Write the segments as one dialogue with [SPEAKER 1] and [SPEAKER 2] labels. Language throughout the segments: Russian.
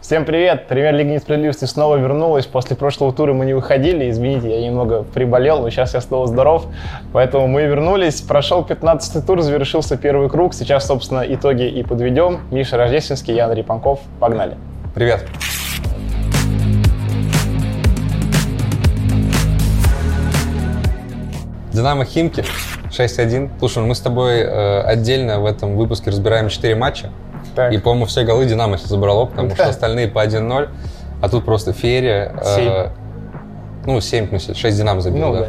[SPEAKER 1] Всем привет! Премьер Лига Несправедливости снова вернулась. После прошлого тура мы не выходили. Извините, я немного приболел, но сейчас я снова здоров. Поэтому мы вернулись. Прошел 15-й тур, завершился первый круг. Сейчас, собственно, итоги и подведем. Миша Рождественский, я Андрей Панков. Погнали!
[SPEAKER 2] Привет. Динамо Химки 6-1. Слушай, мы с тобой э, отдельно в этом выпуске разбираем 4 матча.
[SPEAKER 1] Так.
[SPEAKER 2] И, по-моему, все голы Динамо сейчас забрало, потому что остальные по 1-0. А тут просто Ферия.
[SPEAKER 1] Семь.
[SPEAKER 2] ну, 7, в смысле, 6 Динамо забил,
[SPEAKER 1] Ну,
[SPEAKER 2] да.
[SPEAKER 1] да.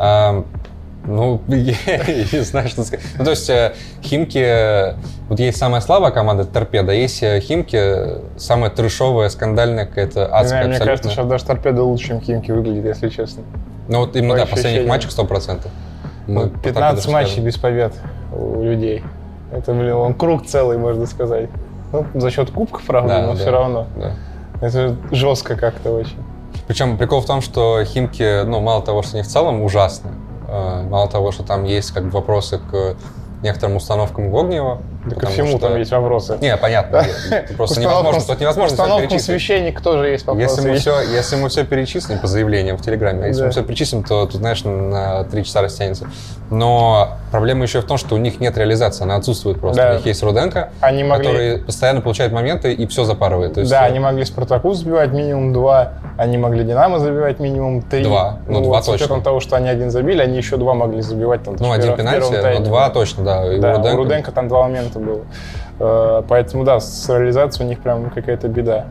[SPEAKER 2] А, ну, я не знаю, что сказать. Ну, то есть, э, Химки... э, Вот есть самая слабая команда, это Торпеда, а есть э, Химки, э, самая трешовая, скандальная какая-то, адская
[SPEAKER 1] Не знаю, мне
[SPEAKER 2] абсолютно.
[SPEAKER 1] кажется, сейчас даже торпеда лучше, чем Химки выглядит, если честно.
[SPEAKER 2] Ну, вот именно,
[SPEAKER 1] по
[SPEAKER 2] да, последних
[SPEAKER 1] ощущениям.
[SPEAKER 2] матчах Ну, 100%. Мы про Торпеду
[SPEAKER 1] 15 Ну, матчей
[SPEAKER 2] расскажем.
[SPEAKER 1] без побед у людей. Это, блин, он круг целый, можно сказать. Ну, за счет кубка, правда,
[SPEAKER 2] Да,
[SPEAKER 1] но
[SPEAKER 2] да,
[SPEAKER 1] все равно.
[SPEAKER 2] да.
[SPEAKER 1] Это жестко как-то очень.
[SPEAKER 2] Причем прикол в том, что Химки, ну, мало того, что они в целом ужасны, э, мало того, что там есть как бы вопросы к некоторым установкам Гогнева.
[SPEAKER 1] Да ко
[SPEAKER 2] потому
[SPEAKER 1] всему
[SPEAKER 2] что-
[SPEAKER 1] там есть вопросы.
[SPEAKER 2] Не, понятно. Просто невозможно, тут невозможно всё
[SPEAKER 1] Установкам
[SPEAKER 2] перечислить.
[SPEAKER 1] священник тоже есть вопросы.
[SPEAKER 2] Если мы, все, если мы все перечислим по заявлениям в Телеграме, а если
[SPEAKER 1] Да.
[SPEAKER 2] мы все перечислим, то тут, знаешь, на три часа растянется. Но проблема еще в том, что у них нет реализации, она отсутствует просто.
[SPEAKER 1] Да.
[SPEAKER 2] У них есть Руденко,
[SPEAKER 1] Они могли-
[SPEAKER 2] который постоянно получает моменты и все запарывает. То есть,
[SPEAKER 1] Да,
[SPEAKER 2] э,
[SPEAKER 1] они могли Спартаку забивать минимум два, они могли Динамо забивать минимум три.
[SPEAKER 2] Два. Ну, два
[SPEAKER 1] вот С учетом
[SPEAKER 2] точно.
[SPEAKER 1] того, что они один забили, они еще два могли забивать. Там,
[SPEAKER 2] ну,
[SPEAKER 1] в
[SPEAKER 2] один
[SPEAKER 1] первом- в первом
[SPEAKER 2] пенальти, но
[SPEAKER 1] тайме.
[SPEAKER 2] два точно, да. И
[SPEAKER 1] Да,
[SPEAKER 2] у
[SPEAKER 1] у
[SPEAKER 2] Руденко-
[SPEAKER 1] Руденко там два момента было. Э, Поэтому, да, с реализацией у них прям какая-то беда.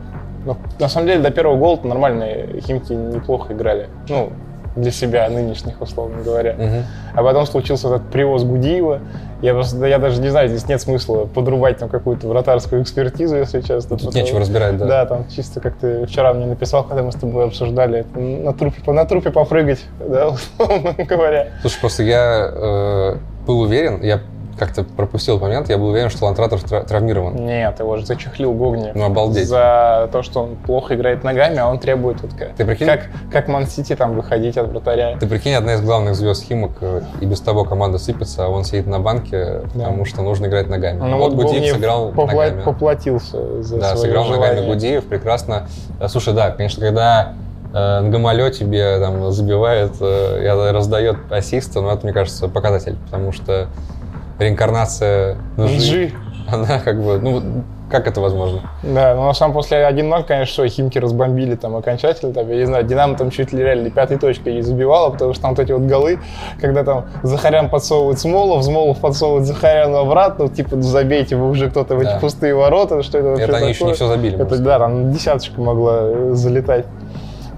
[SPEAKER 1] Но, на самом деле, до первого гола нормальные химки неплохо играли. Ну, для себя нынешних, условно говоря.
[SPEAKER 2] Мгм.
[SPEAKER 1] А потом случился этот привоз Гудиева. Я просто, да я даже не знаю, здесь нет смысла подрубать там какую-то вратарскую экспертизу, если честно.
[SPEAKER 2] Тут
[SPEAKER 1] потому-
[SPEAKER 2] нечего разбирать, да.
[SPEAKER 1] Да, там чисто как ты вчера мне написал, когда мы с тобой обсуждали, это на трупе, по- на трупе попрыгать, да, условно говоря.
[SPEAKER 2] Слушай, просто я э, был уверен, я как-то пропустил момент, я был уверен, что Лантратор тра- травмирован.
[SPEAKER 1] Нет, его же зачехлил Гогни.
[SPEAKER 2] Ну, обалдеть.
[SPEAKER 1] За то, что он плохо играет ногами, а он требует вот как,
[SPEAKER 2] Ты прикинь?
[SPEAKER 1] как, как Ман-Сити там выходить от вратаря.
[SPEAKER 2] Ты прикинь, одна из главных звезд Химок, э, и без того команда сыпется, а он сидит на банке, потому что нужно играть ногами.
[SPEAKER 1] Ну
[SPEAKER 2] вот Гудиев
[SPEAKER 1] Гогниев
[SPEAKER 2] сыграл
[SPEAKER 1] попла-
[SPEAKER 2] ногами.
[SPEAKER 1] поплатился за
[SPEAKER 2] Да,
[SPEAKER 1] свое
[SPEAKER 2] сыграл ногами
[SPEAKER 1] желание.
[SPEAKER 2] Гудиев, прекрасно. А, Слушай, да, конечно, когда э, Нгамалё тебе там забивает э, и она раздает ассисты, но это, мне кажется, показатель, потому что реинкарнация Нжи,
[SPEAKER 1] Джи.
[SPEAKER 2] она как бы, ну, как это возможно?
[SPEAKER 1] Да, ну на самом после 1-0, конечно, Химки разбомбили там окончательно. Там, я не знаю, Динамо там чуть ли реально пятой точкой не забивало, потому что там вот эти вот голы, когда там Захарян подсовывает Смолов, Смолов подсовывает Захаряну обратно, вот, типа, «Ну, забейте вы уже кто-то в эти
[SPEAKER 2] Да.
[SPEAKER 1] пустые ворота, что это вообще
[SPEAKER 2] это они еще
[SPEAKER 1] такое?
[SPEAKER 2] не все забили.
[SPEAKER 1] Это,
[SPEAKER 2] просто.
[SPEAKER 1] да, там десяточка могла э, залетать,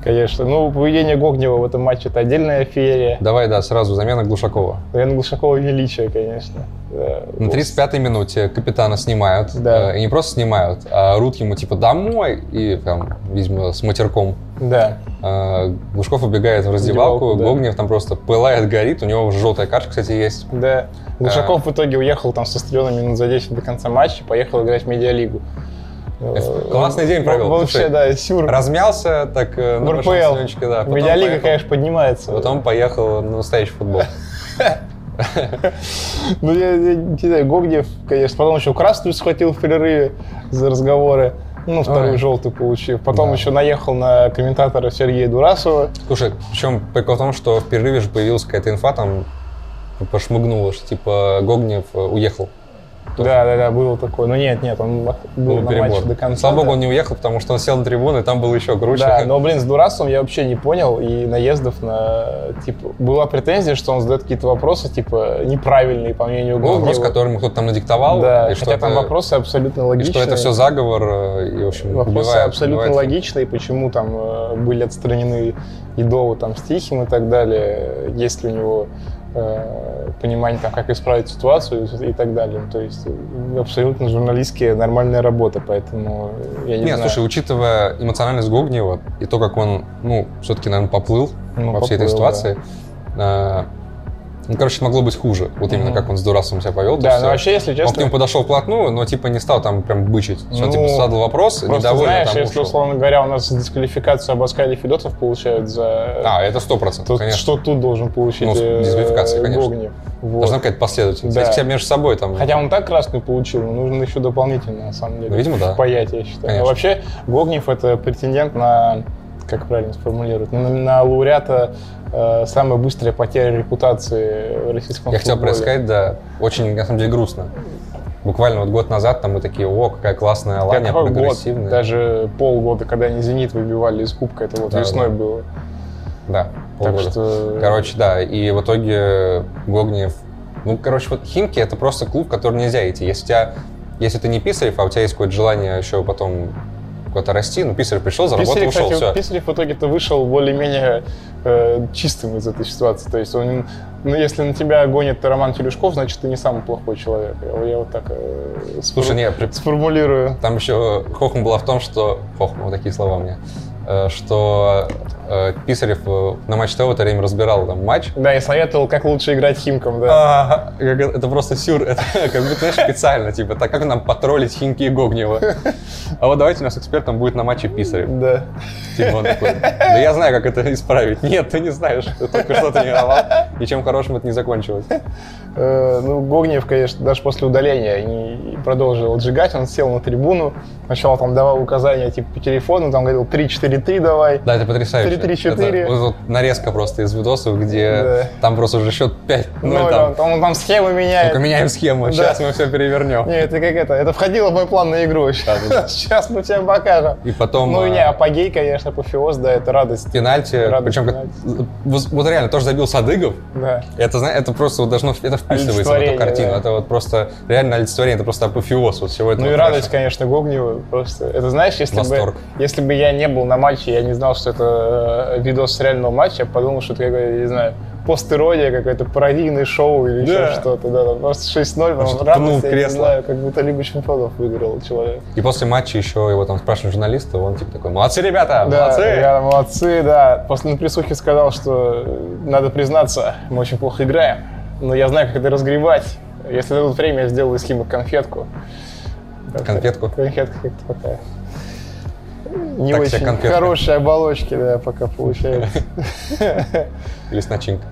[SPEAKER 1] конечно. Ну, поведение Гогнева в этом матче – это отдельная феерия.
[SPEAKER 2] Давай, да, сразу замена Глушакова.
[SPEAKER 1] Лена Глушакова – величие, конечно. Э, Да,
[SPEAKER 2] На
[SPEAKER 1] вот.
[SPEAKER 2] 35-й минуте капитана снимают.
[SPEAKER 1] Да.
[SPEAKER 2] Э, И не просто снимают, а рут ему типа домой и там, видимо, с матерком.
[SPEAKER 1] Да.
[SPEAKER 2] Э, Глушков убегает в раздевалку,
[SPEAKER 1] Раздевалку, да.
[SPEAKER 2] Гогнев там просто пылает, горит. У него уже желтая карточка, кстати, есть.
[SPEAKER 1] Да.
[SPEAKER 2] А.
[SPEAKER 1] Глушаков в итоге уехал там со стрелой минут за 10 до конца матча, поехал играть в медиалигу.
[SPEAKER 2] Э, классный день
[SPEAKER 1] Во-
[SPEAKER 2] провел,
[SPEAKER 1] Вообще,
[SPEAKER 2] слушай.
[SPEAKER 1] да, сюр.
[SPEAKER 2] Размялся, так э,
[SPEAKER 1] В
[SPEAKER 2] набросился
[SPEAKER 1] РПЛ.
[SPEAKER 2] немножечко, да. Потом
[SPEAKER 1] Медиалига,
[SPEAKER 2] поехал-
[SPEAKER 1] конечно, поднимается.
[SPEAKER 2] Потом поехал на настоящий футбол.
[SPEAKER 1] Ну, я, я не знаю, Гогнев, конечно, потом еще красную схватил в перерыве за разговоры. Ну, вторую
[SPEAKER 2] Ой.
[SPEAKER 1] желтую получив. Потом
[SPEAKER 2] Да.
[SPEAKER 1] еще наехал на комментатора Сергея Дурасова.
[SPEAKER 2] Слушай, причем прикол в том, что в перерыве же появилась какая-то инфа, там пошмыгнула, что типа Гогнев э, уехал. Тоже.
[SPEAKER 1] Да, да, да, было такое. Но нет, нет, он был
[SPEAKER 2] Был
[SPEAKER 1] на
[SPEAKER 2] перебор.
[SPEAKER 1] матче до конца.
[SPEAKER 2] Слава богу,
[SPEAKER 1] да.
[SPEAKER 2] он не уехал, потому что он сел на трибуну, и там было еще круче.
[SPEAKER 1] Да, но, блин, с Дурасом я вообще не понял, и наездов на, типа, была претензия, что он задает какие-то вопросы, типа, неправильные, по мнению
[SPEAKER 2] Был
[SPEAKER 1] Гогнева.
[SPEAKER 2] Ну, вопрос, который ему кто-то там надиктовал,
[SPEAKER 1] Да,
[SPEAKER 2] и, что
[SPEAKER 1] хотя там
[SPEAKER 2] это-
[SPEAKER 1] вопросы абсолютно
[SPEAKER 2] и
[SPEAKER 1] логичные.
[SPEAKER 2] что это все заговор, э, и, в общем,
[SPEAKER 1] Вопросы
[SPEAKER 2] убивает,
[SPEAKER 1] абсолютно
[SPEAKER 2] убивает.
[SPEAKER 1] логичные, почему там э, были отстранены Идову там с Тихим и так далее, есть ли у него э, понимание, там, как исправить ситуацию и, и так далее. То есть э, абсолютно журналистские нормальная работа, поэтому э, я не
[SPEAKER 2] Нет,
[SPEAKER 1] знаю.
[SPEAKER 2] слушай, учитывая эмоциональность Гогнева и то, как он, ну, все-таки, наверное, поплыл
[SPEAKER 1] Ну,
[SPEAKER 2] во всей этой
[SPEAKER 1] поплыл,
[SPEAKER 2] ситуации, э, Ну, короче, могло быть хуже. Вот именно
[SPEAKER 1] Мгм.
[SPEAKER 2] как он с Дурасом себя повел. то
[SPEAKER 1] Да,
[SPEAKER 2] есть,
[SPEAKER 1] ну
[SPEAKER 2] э,
[SPEAKER 1] вообще, если
[SPEAKER 2] Он к нему
[SPEAKER 1] честно,
[SPEAKER 2] подошел вплотную, но типа не стал там прям бычить. Всё,
[SPEAKER 1] Ну,
[SPEAKER 2] типа задал вопрос,
[SPEAKER 1] просто
[SPEAKER 2] недовольный
[SPEAKER 1] знаешь,
[SPEAKER 2] там
[SPEAKER 1] если,
[SPEAKER 2] ушел.
[SPEAKER 1] условно говоря, у нас дисквалификацию Абаскаль и Федотов получают за...
[SPEAKER 2] А, это сто процентов,
[SPEAKER 1] то
[SPEAKER 2] конечно.
[SPEAKER 1] что тут должен получить
[SPEAKER 2] Ну, с-
[SPEAKER 1] э,
[SPEAKER 2] дисквалификация, конечно.
[SPEAKER 1] Гогнев? Вот.
[SPEAKER 2] Должна быть какая-то последовательность.
[SPEAKER 1] Да.
[SPEAKER 2] Если тебя между собой там...
[SPEAKER 1] Хотя он так красную получил, но нужно еще дополнительно, на самом деле,
[SPEAKER 2] Ну, видимо, да.
[SPEAKER 1] впаять, я считаю.
[SPEAKER 2] Конечно.
[SPEAKER 1] Но вообще, Гогнев — это претендент на, как правильно сформулировать, на, на лауреата э, «Самая быстрая потеря репутации в российском футболе».
[SPEAKER 2] Я хотел проискать, да, очень, на самом деле, грустно. Буквально вот год назад там мы такие, о, какая классная
[SPEAKER 1] Да
[SPEAKER 2] Алания,
[SPEAKER 1] какой год?
[SPEAKER 2] прогрессивная.
[SPEAKER 1] даже полгода, когда они «Зенит» выбивали из кубка, это вот
[SPEAKER 2] Да,
[SPEAKER 1] весной
[SPEAKER 2] да.
[SPEAKER 1] было.
[SPEAKER 2] Да,
[SPEAKER 1] Так
[SPEAKER 2] полгода.
[SPEAKER 1] что... э,
[SPEAKER 2] Короче, да, и в итоге Гогнев... Ну, короче, вот Химки — это просто клуб, в который нельзя идти. Если, тебя, если ты не Писарев, а у тебя есть какое-то желание еще потом куда-то расти, ну, Писарев пришел, заработал,
[SPEAKER 1] Писарев,
[SPEAKER 2] ушел,
[SPEAKER 1] кстати,
[SPEAKER 2] все.
[SPEAKER 1] Писарев в итоге-то вышел более-менее э, чистым из этой ситуации. То есть, он, ну, если на тебя гонит Роман Телюшков, значит, ты не самый плохой человек. Я, я вот так э, спор-
[SPEAKER 2] Слушай, не, при-
[SPEAKER 1] сформулирую.
[SPEAKER 2] Там еще хохма была в том, что... Хохма, вот такие слова мне. э, Что э, Писарев э, на матч ТВ в это время разбирал там матч.
[SPEAKER 1] Да, я советовал, как лучше играть химкам, да.
[SPEAKER 2] А, как Это это просто сюр, это как будто, знаешь, специально, типа, так как нам потроллить Химки и Гогнева? А вот давайте у нас экспертом будет на матче Писарев.
[SPEAKER 1] Да.
[SPEAKER 2] Типа он такой, да я знаю, как это исправить. Нет, ты не знаешь, ты только что тренировал, ничем хорошим это не закончилось.
[SPEAKER 1] Э, ну, Гогнев, конечно, даже после удаления не продолжил отжигать. Он сел на трибуну, сначала там давал указания типа по телефону, там говорил 3-4-3 давай.
[SPEAKER 2] Да, это потрясающе.
[SPEAKER 1] 3-3-4.
[SPEAKER 2] Это вот- вот нарезка просто из видосов,
[SPEAKER 1] Да.
[SPEAKER 2] где там просто уже счет 5-0.
[SPEAKER 1] Ну,
[SPEAKER 2] там.
[SPEAKER 1] он, там, он там схемы меняет.
[SPEAKER 2] Ну-ка, меняем схему,
[SPEAKER 1] Да.
[SPEAKER 2] сейчас мы все перевернем.
[SPEAKER 1] Не, это как это, это входило в мой план на игру.
[SPEAKER 2] да.
[SPEAKER 1] Сейчас мы тебе покажем.
[SPEAKER 2] И потом
[SPEAKER 1] Ну,
[SPEAKER 2] э,
[SPEAKER 1] не, апогей, конечно, апофеоз, да, это радость.
[SPEAKER 2] пенальти,
[SPEAKER 1] Радость
[SPEAKER 2] причем как- вот вот реально тоже забил Садыгов.
[SPEAKER 1] Да.
[SPEAKER 2] Это, зна- это просто вот должно это вписывается в эту
[SPEAKER 1] Олицетворение,
[SPEAKER 2] картину.
[SPEAKER 1] да.
[SPEAKER 2] Это вот просто реально олицетворение, это просто апофеоз вот всего этого.
[SPEAKER 1] Ну и
[SPEAKER 2] трэша.
[SPEAKER 1] радость, конечно, Гогнева просто. Это знаешь, если
[SPEAKER 2] Восторг.
[SPEAKER 1] бы, если бы я не был на матче, я не знал, что это э, видос с реального матча, я бы подумал, что это какое-то, не знаю, постеродия, какое-то пародийное шоу или
[SPEAKER 2] Да.
[SPEAKER 1] еще что-то. Да, там просто 6-0,
[SPEAKER 2] Он что-то
[SPEAKER 1] там
[SPEAKER 2] пнул
[SPEAKER 1] радость, я не
[SPEAKER 2] кресло.
[SPEAKER 1] знаю, как будто Лигу чемпионов выиграл человек.
[SPEAKER 2] И после матча еще его там спрашивают журналисты, он типа такой, молодцы, ребята,
[SPEAKER 1] Да,
[SPEAKER 2] молодцы.
[SPEAKER 1] ребята, молодцы, да. После на присухе сказал, что э, надо признаться, мы очень плохо играем, но я знаю, как это разгребать. Если дадут время, я сделаю из химок конфетку. Как-то-
[SPEAKER 2] Конфетку?
[SPEAKER 1] Конфетка как-то такая. Не
[SPEAKER 2] Так себе
[SPEAKER 1] очень
[SPEAKER 2] конфетка.
[SPEAKER 1] хорошие оболочки, да, пока получается.
[SPEAKER 2] Или с начинкой.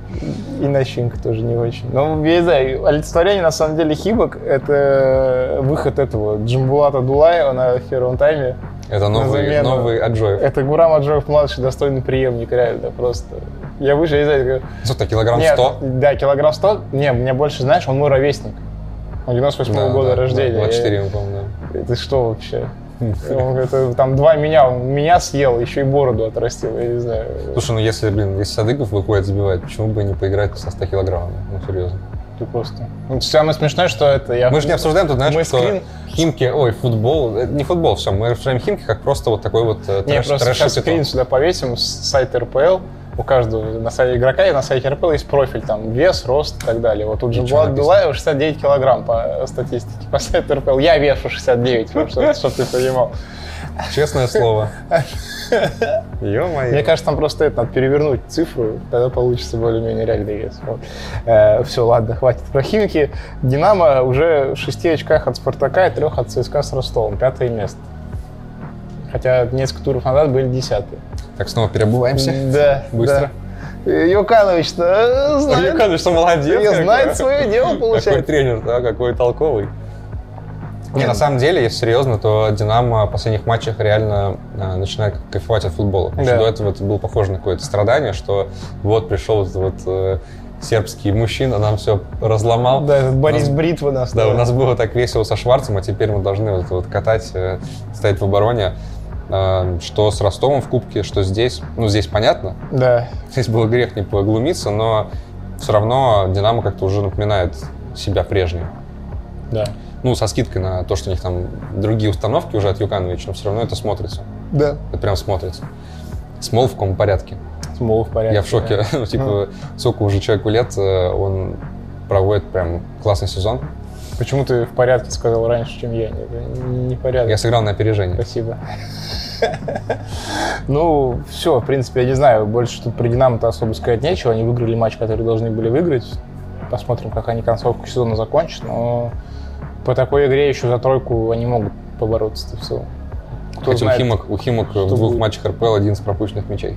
[SPEAKER 1] И начинка тоже не очень. Но я не знаю, олицетворение на самом деле хибок – это э, выход этого Джамбулата Дулаева на первом тайме.
[SPEAKER 2] Это новый,
[SPEAKER 1] замену.
[SPEAKER 2] новый Аджоев.
[SPEAKER 1] Это Гурам Аджоев младший достойный преемник, реально, просто. Я выше, я не знаю, говорю,
[SPEAKER 2] Что-то килограмм
[SPEAKER 1] нет,
[SPEAKER 2] 100.
[SPEAKER 1] Да, килограмм 100. Не, мне больше, знаешь, он мой ровесник. Он 98
[SPEAKER 2] Да,
[SPEAKER 1] ну, года
[SPEAKER 2] да,
[SPEAKER 1] рождения. Ну.
[SPEAKER 2] 24, он, по-моему,
[SPEAKER 1] Я- Ты что вообще? Он, это, там два меня, он меня съел, еще и бороду отрастил, я не знаю.
[SPEAKER 2] да. Слушай, ну если, блин, если Садыгов выходит забивать, почему бы не поиграть со 100 килограммами? Ну, серьезно.
[SPEAKER 1] Ты просто. Ну, самое смешное, что это я...
[SPEAKER 2] Мы же не обсуждаем тут, знаешь,
[SPEAKER 1] Мы
[SPEAKER 2] что
[SPEAKER 1] скрин-
[SPEAKER 2] Химки, ой, футбол, это не футбол, все, мы обсуждаем Химки как просто вот такой вот э,
[SPEAKER 1] Не,
[SPEAKER 2] трэш,
[SPEAKER 1] просто
[SPEAKER 2] трэш
[SPEAKER 1] сейчас скрин сюда повесим с сайта РПЛ. У каждого на сайте игрока и на сайте РПЛ есть профиль, там вес, рост и так далее. Вот тут же
[SPEAKER 2] Ничего
[SPEAKER 1] Влад Дулаев 69 килограмм по статистике, по сайту РПЛ. Я вешу 69, чтобы ты понимал.
[SPEAKER 2] Честное слово.
[SPEAKER 1] Мне
[SPEAKER 2] Ё-моё.
[SPEAKER 1] кажется, там просто это надо перевернуть цифру, тогда получится более-менее реальный вес. Вот. Э, все, ладно, хватит про химики. Динамо уже в шести очках от Спартака и трех от ЦСКА с Ростовом, пятое место. Хотя несколько туров назад были десятые.
[SPEAKER 2] Так, снова
[SPEAKER 1] А
[SPEAKER 2] перебываемся.
[SPEAKER 1] Да,
[SPEAKER 2] Быстро.
[SPEAKER 1] да. Э, Юканович-то э,
[SPEAKER 2] Мне
[SPEAKER 1] знает,
[SPEAKER 2] кажется, что молодец.
[SPEAKER 1] Я
[SPEAKER 2] какой.
[SPEAKER 1] знает свое дело,
[SPEAKER 2] Какой
[SPEAKER 1] получается.
[SPEAKER 2] тренер, да, какой толковый. Не, на самом деле, если серьезно, то Динамо в последних матчах реально э, начинает кайфовать от футбола. Потому что
[SPEAKER 1] Да.
[SPEAKER 2] до этого это было похоже на какое-то страдание, что вот пришел этот вот э, сербский мужчина, нам все разломал.
[SPEAKER 1] Да, этот Борис
[SPEAKER 2] Нас-
[SPEAKER 1] Бритва нас.
[SPEAKER 2] Да,
[SPEAKER 1] там.
[SPEAKER 2] у нас было так весело со Шварцем, а теперь мы должны вот, это вот катать, э, стоять в обороне. Э, Что с Ростовом в Кубке, что здесь. Ну, здесь понятно.
[SPEAKER 1] Да.
[SPEAKER 2] Здесь был грех не поглумиться, но все равно Динамо как-то уже напоминает себя прежним.
[SPEAKER 1] Да.
[SPEAKER 2] Ну, со скидкой на то, что у них там другие установки уже от Юкановича, но все равно это смотрится.
[SPEAKER 1] Да.
[SPEAKER 2] Это прям смотрится. С Моловком в порядке.
[SPEAKER 1] Смол в порядке.
[SPEAKER 2] Я в шоке. Ну, типа, сколько уже человеку лет, э, он проводит прям классный сезон.
[SPEAKER 1] Почему ты в порядке сказал раньше, чем я? Не, не порядок.
[SPEAKER 2] Я сыграл на опережение.
[SPEAKER 1] Спасибо. Ну, все, в принципе, я не знаю, больше тут про Динамо-то особо сказать нечего. Они выиграли матч, который должны были выиграть. посмотрим, как они концовку сезона закончат, но по такой игре еще за тройку они могут побороться в целом. Кто
[SPEAKER 2] Хотя у
[SPEAKER 1] знает.
[SPEAKER 2] Химок, у Химок в
[SPEAKER 1] что
[SPEAKER 2] двух
[SPEAKER 1] будет.
[SPEAKER 2] матчах РПЛ 11 пропущенных мячей.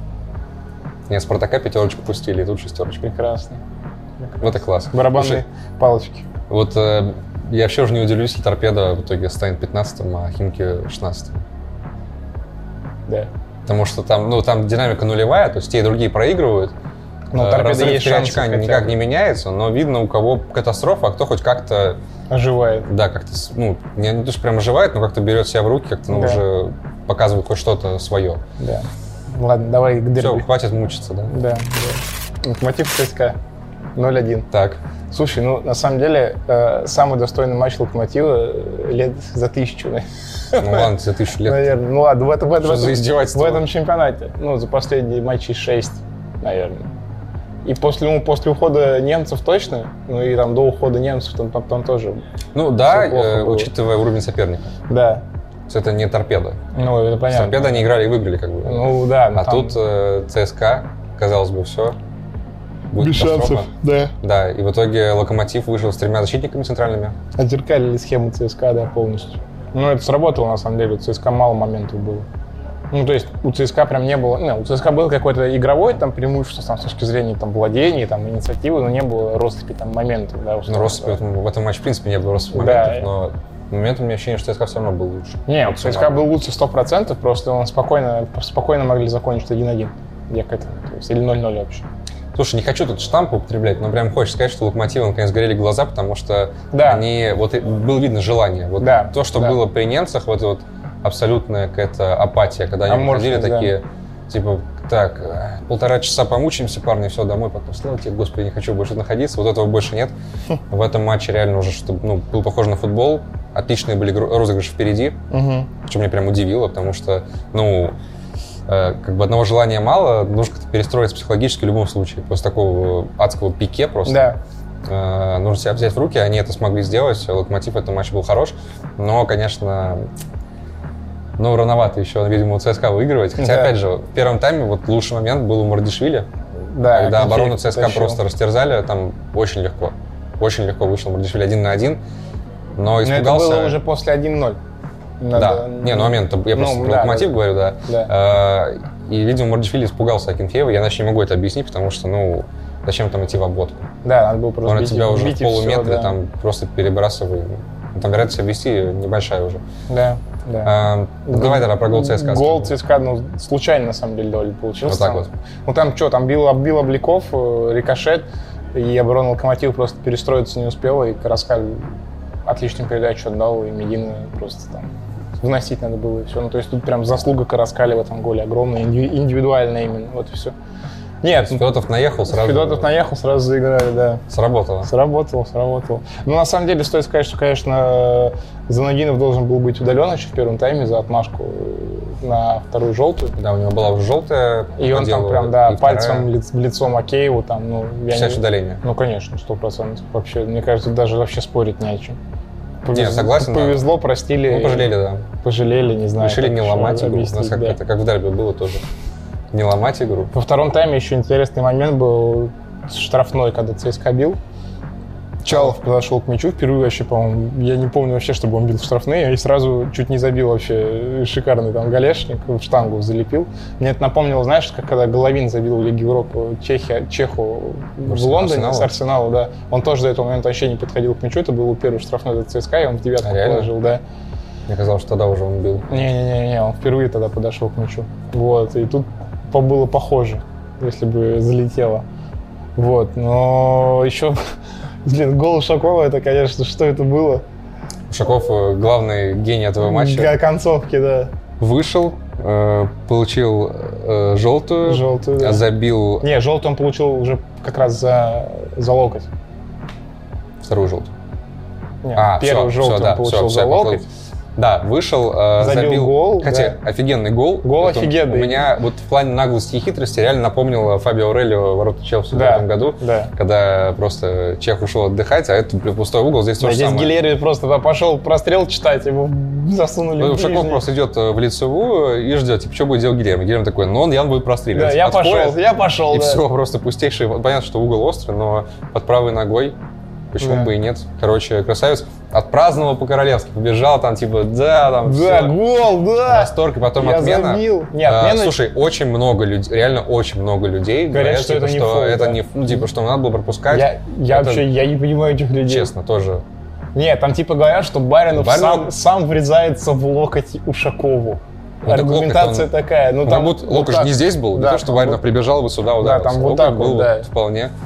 [SPEAKER 2] Не, Спартака пятерочку пустили, и тут шестерочка.
[SPEAKER 1] Прекрасно.
[SPEAKER 2] Вот и класс.
[SPEAKER 1] Барабанные палочки.
[SPEAKER 2] Слушай, вот э, я вообще уже не удивлюсь, если торпеда в итоге станет 15 а Химки 16
[SPEAKER 1] Да.
[SPEAKER 2] Потому что там, ну, там динамика нулевая, то есть те и другие проигрывают.
[SPEAKER 1] Ну,
[SPEAKER 2] Э,
[SPEAKER 1] торпеда
[SPEAKER 2] разрыв
[SPEAKER 1] есть
[SPEAKER 2] три
[SPEAKER 1] шансы
[SPEAKER 2] очка
[SPEAKER 1] хотя
[SPEAKER 2] никак
[SPEAKER 1] бы.
[SPEAKER 2] не меняется, но видно, у кого катастрофа, а кто хоть как-то,
[SPEAKER 1] Оживает.
[SPEAKER 2] да, как-то, с- ну, не, не то, что прям оживает, но как-то берет себя в руки, как-то ну,
[SPEAKER 1] Да.
[SPEAKER 2] уже показывает хоть что-то свое.
[SPEAKER 1] Да. Ладно, давай к
[SPEAKER 2] Все,
[SPEAKER 1] дерби.
[SPEAKER 2] хватит мучиться, да.
[SPEAKER 1] Да, да. Локомотив ЦСКА 0-1.
[SPEAKER 2] Так,
[SPEAKER 1] Слушай, ну на самом деле э, самый достойный матч Локомотива э, лет за тысячу,
[SPEAKER 2] ну ладно, за тысячу лет.
[SPEAKER 1] наверное. Ну ладно, в этом, в этом-
[SPEAKER 2] Что за издевательство?
[SPEAKER 1] в этом чемпионате. Ну, за последние матчи 6, наверное. И после, ну, после ухода немцев точно, ну и там до ухода немцев там, там, там тоже.
[SPEAKER 2] Ну да,
[SPEAKER 1] Всё плохо
[SPEAKER 2] э,
[SPEAKER 1] было.
[SPEAKER 2] учитывая уровень соперника.
[SPEAKER 1] Да.
[SPEAKER 2] То есть это не торпеда.
[SPEAKER 1] Ну, это
[SPEAKER 2] С
[SPEAKER 1] понятно.
[SPEAKER 2] торпедой они играли и выиграли, как бы.
[SPEAKER 1] Ну да. ну,
[SPEAKER 2] а
[SPEAKER 1] там
[SPEAKER 2] тут э, ЦСКА, казалось бы, все.
[SPEAKER 1] без шансов, да.
[SPEAKER 2] Да, и в итоге Локомотив вышел с тремя защитниками центральными.
[SPEAKER 1] Отзеркалили схему ЦСКА, да, полностью. Ну, это сработало, на самом деле. У ЦСКА мало моментов было. Ну, то есть у ЦСКА прям не было... Ну, у ЦСКА было какое-то игровое там преимущество там, с точки зрения там, владения, там, инициативы, но не было россыпи там моментов. Да,
[SPEAKER 2] Ну,
[SPEAKER 1] условно
[SPEAKER 2] рост в
[SPEAKER 1] говоря.
[SPEAKER 2] этом, в этом матче, в принципе, не было роста
[SPEAKER 1] Да.
[SPEAKER 2] моментов, но моментом у меня ощущение, что ЦСКА все равно был лучше.
[SPEAKER 1] Не, у ЦСКА был лучше 100%, просто он спокойно, спокойно могли закончить 1-1. Я к этому. То есть, или 0-0 вообще.
[SPEAKER 2] Слушай, не хочу тут штамп употреблять, но прям хочется сказать, что Локомотиву, наконец, горели глаза, потому что
[SPEAKER 1] Да.
[SPEAKER 2] они, вот и- было видно желание. Вот
[SPEAKER 1] Да,
[SPEAKER 2] то, что
[SPEAKER 1] да.
[SPEAKER 2] было при немцах, вот, вот абсолютная какая-то апатия, когда они
[SPEAKER 1] Аморфность,
[SPEAKER 2] выходили
[SPEAKER 1] да.
[SPEAKER 2] такие, типа, так, э, полтора часа помучаемся, парни, все, домой, потом слава тебе, господи, не хочу больше находиться, вот этого больше нет.
[SPEAKER 1] Хм.
[SPEAKER 2] В этом матче реально уже что ну, был похож на футбол, отличные были гру- розыгрыши впереди, что меня прям удивило, потому что, ну, э, как бы одного желания мало, нужно как-то перестроиться психологически в любом случае. После такого адского пике просто
[SPEAKER 1] Да.
[SPEAKER 2] э, нужно себя взять в руки, они это смогли сделать. э, Локомотив в этом матче был хорош, но, конечно, ну, рановато еще, видимо, у ЦСКА выигрывать. Хотя,
[SPEAKER 1] Да.
[SPEAKER 2] опять же, в первом тайме вот лучший момент был у Мордишвили,
[SPEAKER 1] Да,
[SPEAKER 2] когда
[SPEAKER 1] Кичерик
[SPEAKER 2] оборону ЦСКА
[SPEAKER 1] тащил.
[SPEAKER 2] просто растерзали, там очень легко. Очень легко вышел Мордишвили один на один, но
[SPEAKER 1] Но это
[SPEAKER 2] испугался.
[SPEAKER 1] было уже после 1-0. Надо-
[SPEAKER 2] Да, не, ну момент, я просто
[SPEAKER 1] Ну,
[SPEAKER 2] про
[SPEAKER 1] да,
[SPEAKER 2] локомотив говорю, да. Э, И, видимо, Мордишвили испугался Акинфеева, я иначе не могу это объяснить, потому что, ну, зачем там идти в обводку?
[SPEAKER 1] Да, надо было просто
[SPEAKER 2] Он от
[SPEAKER 1] бить-
[SPEAKER 2] тебя уже
[SPEAKER 1] бить
[SPEAKER 2] в
[SPEAKER 1] и всё,
[SPEAKER 2] полуметра
[SPEAKER 1] да.
[SPEAKER 2] там просто перебрасывает. Ну, Там вероятность себя вести небольшая уже.
[SPEAKER 1] Да, да.
[SPEAKER 2] А, ну, давай тогда про гол ЦСКА.
[SPEAKER 1] Гол
[SPEAKER 2] скажем.
[SPEAKER 1] ЦСКА, ну, случайно, на самом деле, довольно получился.
[SPEAKER 2] Вот так
[SPEAKER 1] Там-
[SPEAKER 2] вот.
[SPEAKER 1] Ну, там что, там бил, оббил Обликов, э, рикошет, и оборона Локомотива просто перестроиться не успела, и Караскаль отличную передачу отдал, и Медина просто там выносить надо было, и все. Ну, то есть тут прям заслуга Караскаля в этом голе огромная, инди- индивидуальная именно, вот и все. Нет, ну,
[SPEAKER 2] Федотов наехал сразу.
[SPEAKER 1] Федотов наехал, сразу заиграли, да.
[SPEAKER 2] Сработало.
[SPEAKER 1] Сработал, сработал. Ну, на самом деле, стоит сказать, что, конечно, Заногинов должен был быть удален еще в первом тайме за отмашку э, на вторую желтую.
[SPEAKER 2] Да, у него была уже желтая.
[SPEAKER 1] И
[SPEAKER 2] по
[SPEAKER 1] он там
[SPEAKER 2] делу,
[SPEAKER 1] прям, да,
[SPEAKER 2] и вторая.
[SPEAKER 1] пальцем лиц- в лицо Макееву там, ну, я
[SPEAKER 2] Вся
[SPEAKER 1] не-
[SPEAKER 2] удаление.
[SPEAKER 1] Ну, конечно, сто процентов. Вообще, мне кажется, даже вообще спорить не о чем. Повез-
[SPEAKER 2] согласен, да.
[SPEAKER 1] Повезло, простили.
[SPEAKER 2] Ну, пожалели, да.
[SPEAKER 1] Пожалели, не знаю.
[SPEAKER 2] Решили
[SPEAKER 1] как
[SPEAKER 2] не
[SPEAKER 1] еще
[SPEAKER 2] ломать игру. У нас
[SPEAKER 1] объяснить,
[SPEAKER 2] как
[SPEAKER 1] да.
[SPEAKER 2] это, как в дерби было тоже. Не ломать игру.
[SPEAKER 1] Во втором тайме еще интересный момент был с штрафной, когда ЦСКА бил. Чалов подошел к мячу впервые вообще, по-моему, я не помню вообще, чтобы он бил в штрафные, и сразу чуть не забил вообще шикарный там галешник, в штангу залепил. Мне это напомнило, знаешь, как когда Головин забил в Лиге Европы Чехия, Чеху в
[SPEAKER 2] Арсен-
[SPEAKER 1] Лондоне
[SPEAKER 2] Арсенала?
[SPEAKER 1] с Арсенала, да. Он тоже до этого момента вообще не подходил к мячу, это был первый штрафной за ЦСКА, и он в девятку
[SPEAKER 2] А, реально?
[SPEAKER 1] положил, да.
[SPEAKER 2] Мне казалось, что тогда уже он бил.
[SPEAKER 1] Не-не-не, он впервые тогда подошел к мячу. Вот, и тут по- было похоже, если бы залетело. Вот, но еще, блин, гол Шакова, это, конечно, что это было?
[SPEAKER 2] Ушаков, э, главный гений этого матча.
[SPEAKER 1] Для концовки, да,
[SPEAKER 2] Вышел, э, получил э, желтую,
[SPEAKER 1] желтую.
[SPEAKER 2] А
[SPEAKER 1] да.
[SPEAKER 2] забил
[SPEAKER 1] Не, желтую он получил уже как раз за, за локоть.
[SPEAKER 2] вторую желтую.
[SPEAKER 1] Нет,
[SPEAKER 2] А,
[SPEAKER 1] первую
[SPEAKER 2] всё,
[SPEAKER 1] желтую
[SPEAKER 2] всё,
[SPEAKER 1] он
[SPEAKER 2] да,
[SPEAKER 1] получил
[SPEAKER 2] А, всё,
[SPEAKER 1] за
[SPEAKER 2] всё, я
[SPEAKER 1] локоть,
[SPEAKER 2] понял. Да, вышел, э,
[SPEAKER 1] Забил гол,
[SPEAKER 2] Хотя офигенный гол.
[SPEAKER 1] Гол
[SPEAKER 2] Вот он-
[SPEAKER 1] офигенный.
[SPEAKER 2] У меня вот в плане наглости и хитрости реально напомнил Фабио Орелио ворота Челси в
[SPEAKER 1] Да,
[SPEAKER 2] этом году.
[SPEAKER 1] да.
[SPEAKER 2] Когда просто Чех ушел отдыхать, а это блин, пустой угол, здесь
[SPEAKER 1] Да,
[SPEAKER 2] тоже
[SPEAKER 1] здесь
[SPEAKER 2] самое.
[SPEAKER 1] Гилерий просто да, пошел прострел читать, его засунули
[SPEAKER 2] Ну,
[SPEAKER 1] в
[SPEAKER 2] Ушаков
[SPEAKER 1] ближний.
[SPEAKER 2] просто идет э, в лицевую и ждет, типа, что будет делать Гильермо? Гильермо такой, ну, он явно будет простреливать.
[SPEAKER 1] Да, я
[SPEAKER 2] Подходит,
[SPEAKER 1] пошел, я пошел,
[SPEAKER 2] И
[SPEAKER 1] да.
[SPEAKER 2] все, просто пустейший. Вот Понятно, что угол острый, но под правой ногой почему
[SPEAKER 1] Да.
[SPEAKER 2] бы и нет. Короче, красавец отпраздновал по-королевски, побежал там, типа, да, там,
[SPEAKER 1] Да,
[SPEAKER 2] всё.
[SPEAKER 1] гол, да.
[SPEAKER 2] Восторг, и потом
[SPEAKER 1] Я
[SPEAKER 2] отмена.
[SPEAKER 1] забил. Не,
[SPEAKER 2] А,
[SPEAKER 1] отмена-
[SPEAKER 2] Слушай, очень много людей, реально очень много людей
[SPEAKER 1] Говорят, что
[SPEAKER 2] типа,
[SPEAKER 1] это не фол,
[SPEAKER 2] это
[SPEAKER 1] да.
[SPEAKER 2] не ф- ну, типа, что надо было пропускать.
[SPEAKER 1] Я, я
[SPEAKER 2] Это
[SPEAKER 1] вообще я не понимаю этих людей.
[SPEAKER 2] Честно, тоже.
[SPEAKER 1] Нет, там типа говорят, что Баринов, Сам,
[SPEAKER 2] Баринов-
[SPEAKER 1] сам врезается в локоть Ушакову.
[SPEAKER 2] Ну, так
[SPEAKER 1] Аргументация
[SPEAKER 2] локоть он-
[SPEAKER 1] такая. Ну,
[SPEAKER 2] Ну,
[SPEAKER 1] там
[SPEAKER 2] там будто Локаш
[SPEAKER 1] так.
[SPEAKER 2] не здесь был,
[SPEAKER 1] Да,
[SPEAKER 2] не то, что
[SPEAKER 1] там
[SPEAKER 2] Варинов
[SPEAKER 1] вот-
[SPEAKER 2] прибежал бы сюда, ударился.
[SPEAKER 1] там вот
[SPEAKER 2] Локаш
[SPEAKER 1] так вот,
[SPEAKER 2] был
[SPEAKER 1] да.
[SPEAKER 2] вполне.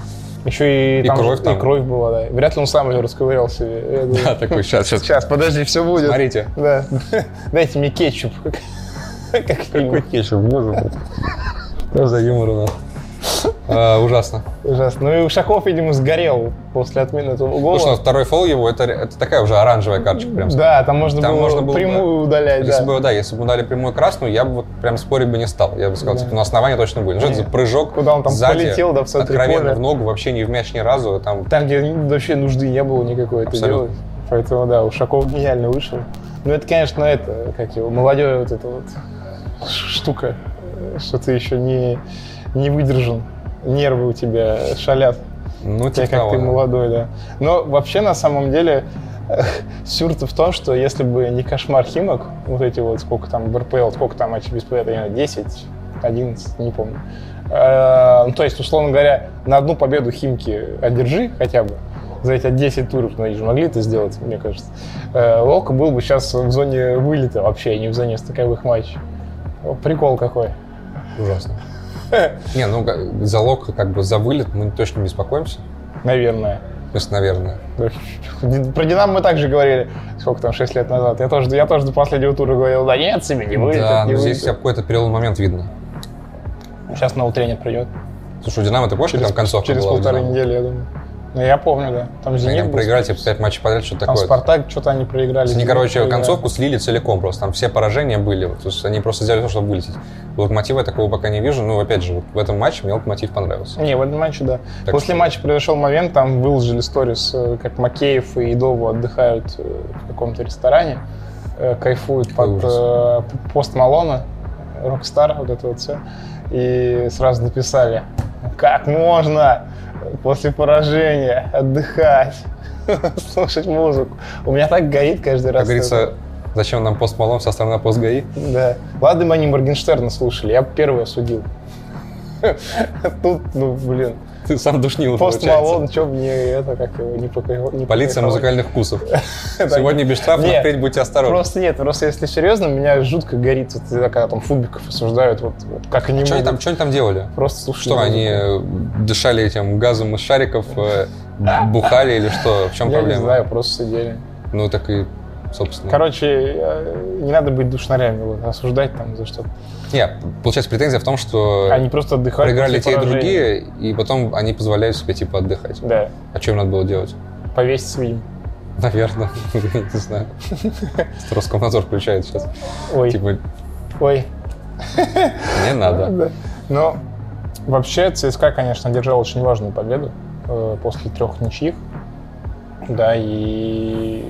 [SPEAKER 1] Еще и,
[SPEAKER 2] И
[SPEAKER 1] там
[SPEAKER 2] кровь
[SPEAKER 1] же-
[SPEAKER 2] там.
[SPEAKER 1] и кровь была, да. Вряд ли он сам ее расковырял себе. Я думаю,
[SPEAKER 2] Да, такой, сейчас, сейчас.
[SPEAKER 1] Сейчас, подожди, все будет.
[SPEAKER 2] Смотрите.
[SPEAKER 1] Да. Дайте мне кетчуп. Какой
[SPEAKER 2] кетчуп, боже Что за юмор у нас? А, Ужасно.
[SPEAKER 1] Ужасно. Ну и Ушаков, видимо, сгорел после отмены этого гола.
[SPEAKER 2] Слушай, ну, второй фол его, это, это такая уже оранжевая карточка, прям скажем.
[SPEAKER 1] да, там можно
[SPEAKER 2] Там
[SPEAKER 1] было
[SPEAKER 2] можно было бы-
[SPEAKER 1] прямую удалять.
[SPEAKER 2] Если
[SPEAKER 1] да.
[SPEAKER 2] бы, да, если бы дали прямую красную, я бы вот прям спорить бы не стал. Я бы сказал, типа, на основании точно будет. Ну, что это за прыжок
[SPEAKER 1] Куда он там
[SPEAKER 2] сзади,
[SPEAKER 1] полетел, да, в центре
[SPEAKER 2] откровенно
[SPEAKER 1] поля.
[SPEAKER 2] в ногу, вообще не в мяч ни разу, а там
[SPEAKER 1] Там, где вообще нужды не было никакой это
[SPEAKER 2] Абсолютно.
[SPEAKER 1] делать. Поэтому, да, Ушаков гениально вышел. Ну это, конечно, это, как его, молодежь вот эта вот ш- штука, э, что ты еще не, не выдержан. Нервы у тебя шалят.
[SPEAKER 2] Ну,
[SPEAKER 1] Тебя
[SPEAKER 2] типа
[SPEAKER 1] как
[SPEAKER 2] того,
[SPEAKER 1] ты
[SPEAKER 2] да.
[SPEAKER 1] молодой, да. Но вообще, на самом деле, сюрт в том, что если бы не кошмар Химок, вот эти вот, сколько там в РПЛ, сколько там матчей без побед, я не знаю, 10, 11, не помню. Э, ну, то есть, условно говоря, на одну победу Химки одержи хотя бы, за эти 10 туров, но они же могли это сделать, мне кажется. Э, Лока был бы сейчас в зоне вылета вообще, а не в зоне стыковых матчей. Прикол какой.
[SPEAKER 2] Ужасно. Не, ну, га- залог, как бы, за вылет мы точно не беспокоимся.
[SPEAKER 1] Наверное.
[SPEAKER 2] То есть, наверное.
[SPEAKER 1] Про Динамо мы также говорили, сколько там, 6 лет назад. Я тоже, я тоже до последнего тура говорил, да нет, себе не вылетит,
[SPEAKER 2] да,
[SPEAKER 1] не
[SPEAKER 2] но здесь
[SPEAKER 1] вылетит».
[SPEAKER 2] хотя бы какой-то перелом момент видно.
[SPEAKER 1] Сейчас новый тренер придет.
[SPEAKER 2] Слушай, у Динамо, ты помнишь,
[SPEAKER 1] Через,
[SPEAKER 2] там концовка
[SPEAKER 1] через
[SPEAKER 2] была у
[SPEAKER 1] полторы
[SPEAKER 2] Динамо?
[SPEAKER 1] недели, я думаю. Ну, я помню, да. Там
[SPEAKER 2] Они
[SPEAKER 1] «Зенит»
[SPEAKER 2] там
[SPEAKER 1] был,
[SPEAKER 2] проиграли, типа, пять матчей подряд, что-то
[SPEAKER 1] там
[SPEAKER 2] такое.
[SPEAKER 1] «Спартак», что-то они проиграли.
[SPEAKER 2] Они,
[SPEAKER 1] «Зенит»
[SPEAKER 2] короче,
[SPEAKER 1] проиграли.
[SPEAKER 2] концовку слили целиком просто. Там все поражения были. вот, То есть они просто сделали то, чтобы вылететь. У Локомотива я такого пока не вижу. Ну, опять же, вот в этом матче мне Локомотив понравился.
[SPEAKER 1] Не, в этом матче, да.
[SPEAKER 2] Так
[SPEAKER 1] После
[SPEAKER 2] что-
[SPEAKER 1] матча произошел момент, там выложили сторис, э, как Макеев и Идову отдыхают э, в каком-то ресторане, э, кайфуют
[SPEAKER 2] Какой
[SPEAKER 1] под
[SPEAKER 2] ужас.
[SPEAKER 1] э, п- пост Малона, Рокстар, вот это вот все. И сразу написали, как можно после поражения отдыхать, слушать музыку. У меня так горит каждый раз.
[SPEAKER 2] Как говорится, зачем нам пост Малон, вся страна пост ГАИ?
[SPEAKER 1] Да. Ладно, бы они Моргенштерна слушали, я бы первый осудил. Тут, ну, блин.
[SPEAKER 2] Ты сам душнил,
[SPEAKER 1] Пост
[SPEAKER 2] получается.
[SPEAKER 1] Малон, что мне это как его не покайфо- не
[SPEAKER 2] Полиция
[SPEAKER 1] покайфовать?
[SPEAKER 2] музыкальных вкусов.
[SPEAKER 1] Так.
[SPEAKER 2] Сегодня без штрафа,
[SPEAKER 1] Нет.
[SPEAKER 2] впредь будьте осторожны.
[SPEAKER 1] Просто нет, просто если серьезно, меня жутко горит, вот, когда когда там фубиков осуждают, вот, вот как они
[SPEAKER 2] Что А они
[SPEAKER 1] могут
[SPEAKER 2] там, что они там делали?
[SPEAKER 1] просто слушать
[SPEAKER 2] Что,
[SPEAKER 1] музыку.
[SPEAKER 2] они э, дышали этим газом из шариков, э, бухали или что? В чем
[SPEAKER 1] Я не
[SPEAKER 2] проблема?
[SPEAKER 1] знаю, просто сидели.
[SPEAKER 2] Ну, так и, собственно.
[SPEAKER 1] Короче, э, не надо быть душнарями, вот, осуждать там за что-то.
[SPEAKER 2] Нет, получается, претензия в том, что
[SPEAKER 1] Они просто отдыхают.
[SPEAKER 2] проиграли те
[SPEAKER 1] после
[SPEAKER 2] и
[SPEAKER 1] поражения.
[SPEAKER 2] другие, и потом они позволяют себе, типа, отдыхать.
[SPEAKER 1] Да,
[SPEAKER 2] А что им надо было делать?
[SPEAKER 1] повесить видимо.
[SPEAKER 2] Наверное, я не знаю. Роскомнадзор включает сейчас.
[SPEAKER 1] Ой,
[SPEAKER 2] Типа,
[SPEAKER 1] ой.
[SPEAKER 2] не надо.
[SPEAKER 1] Да. Но вообще ЦСКА, конечно, одержал очень важную победу э, после трех ничьих. Да, и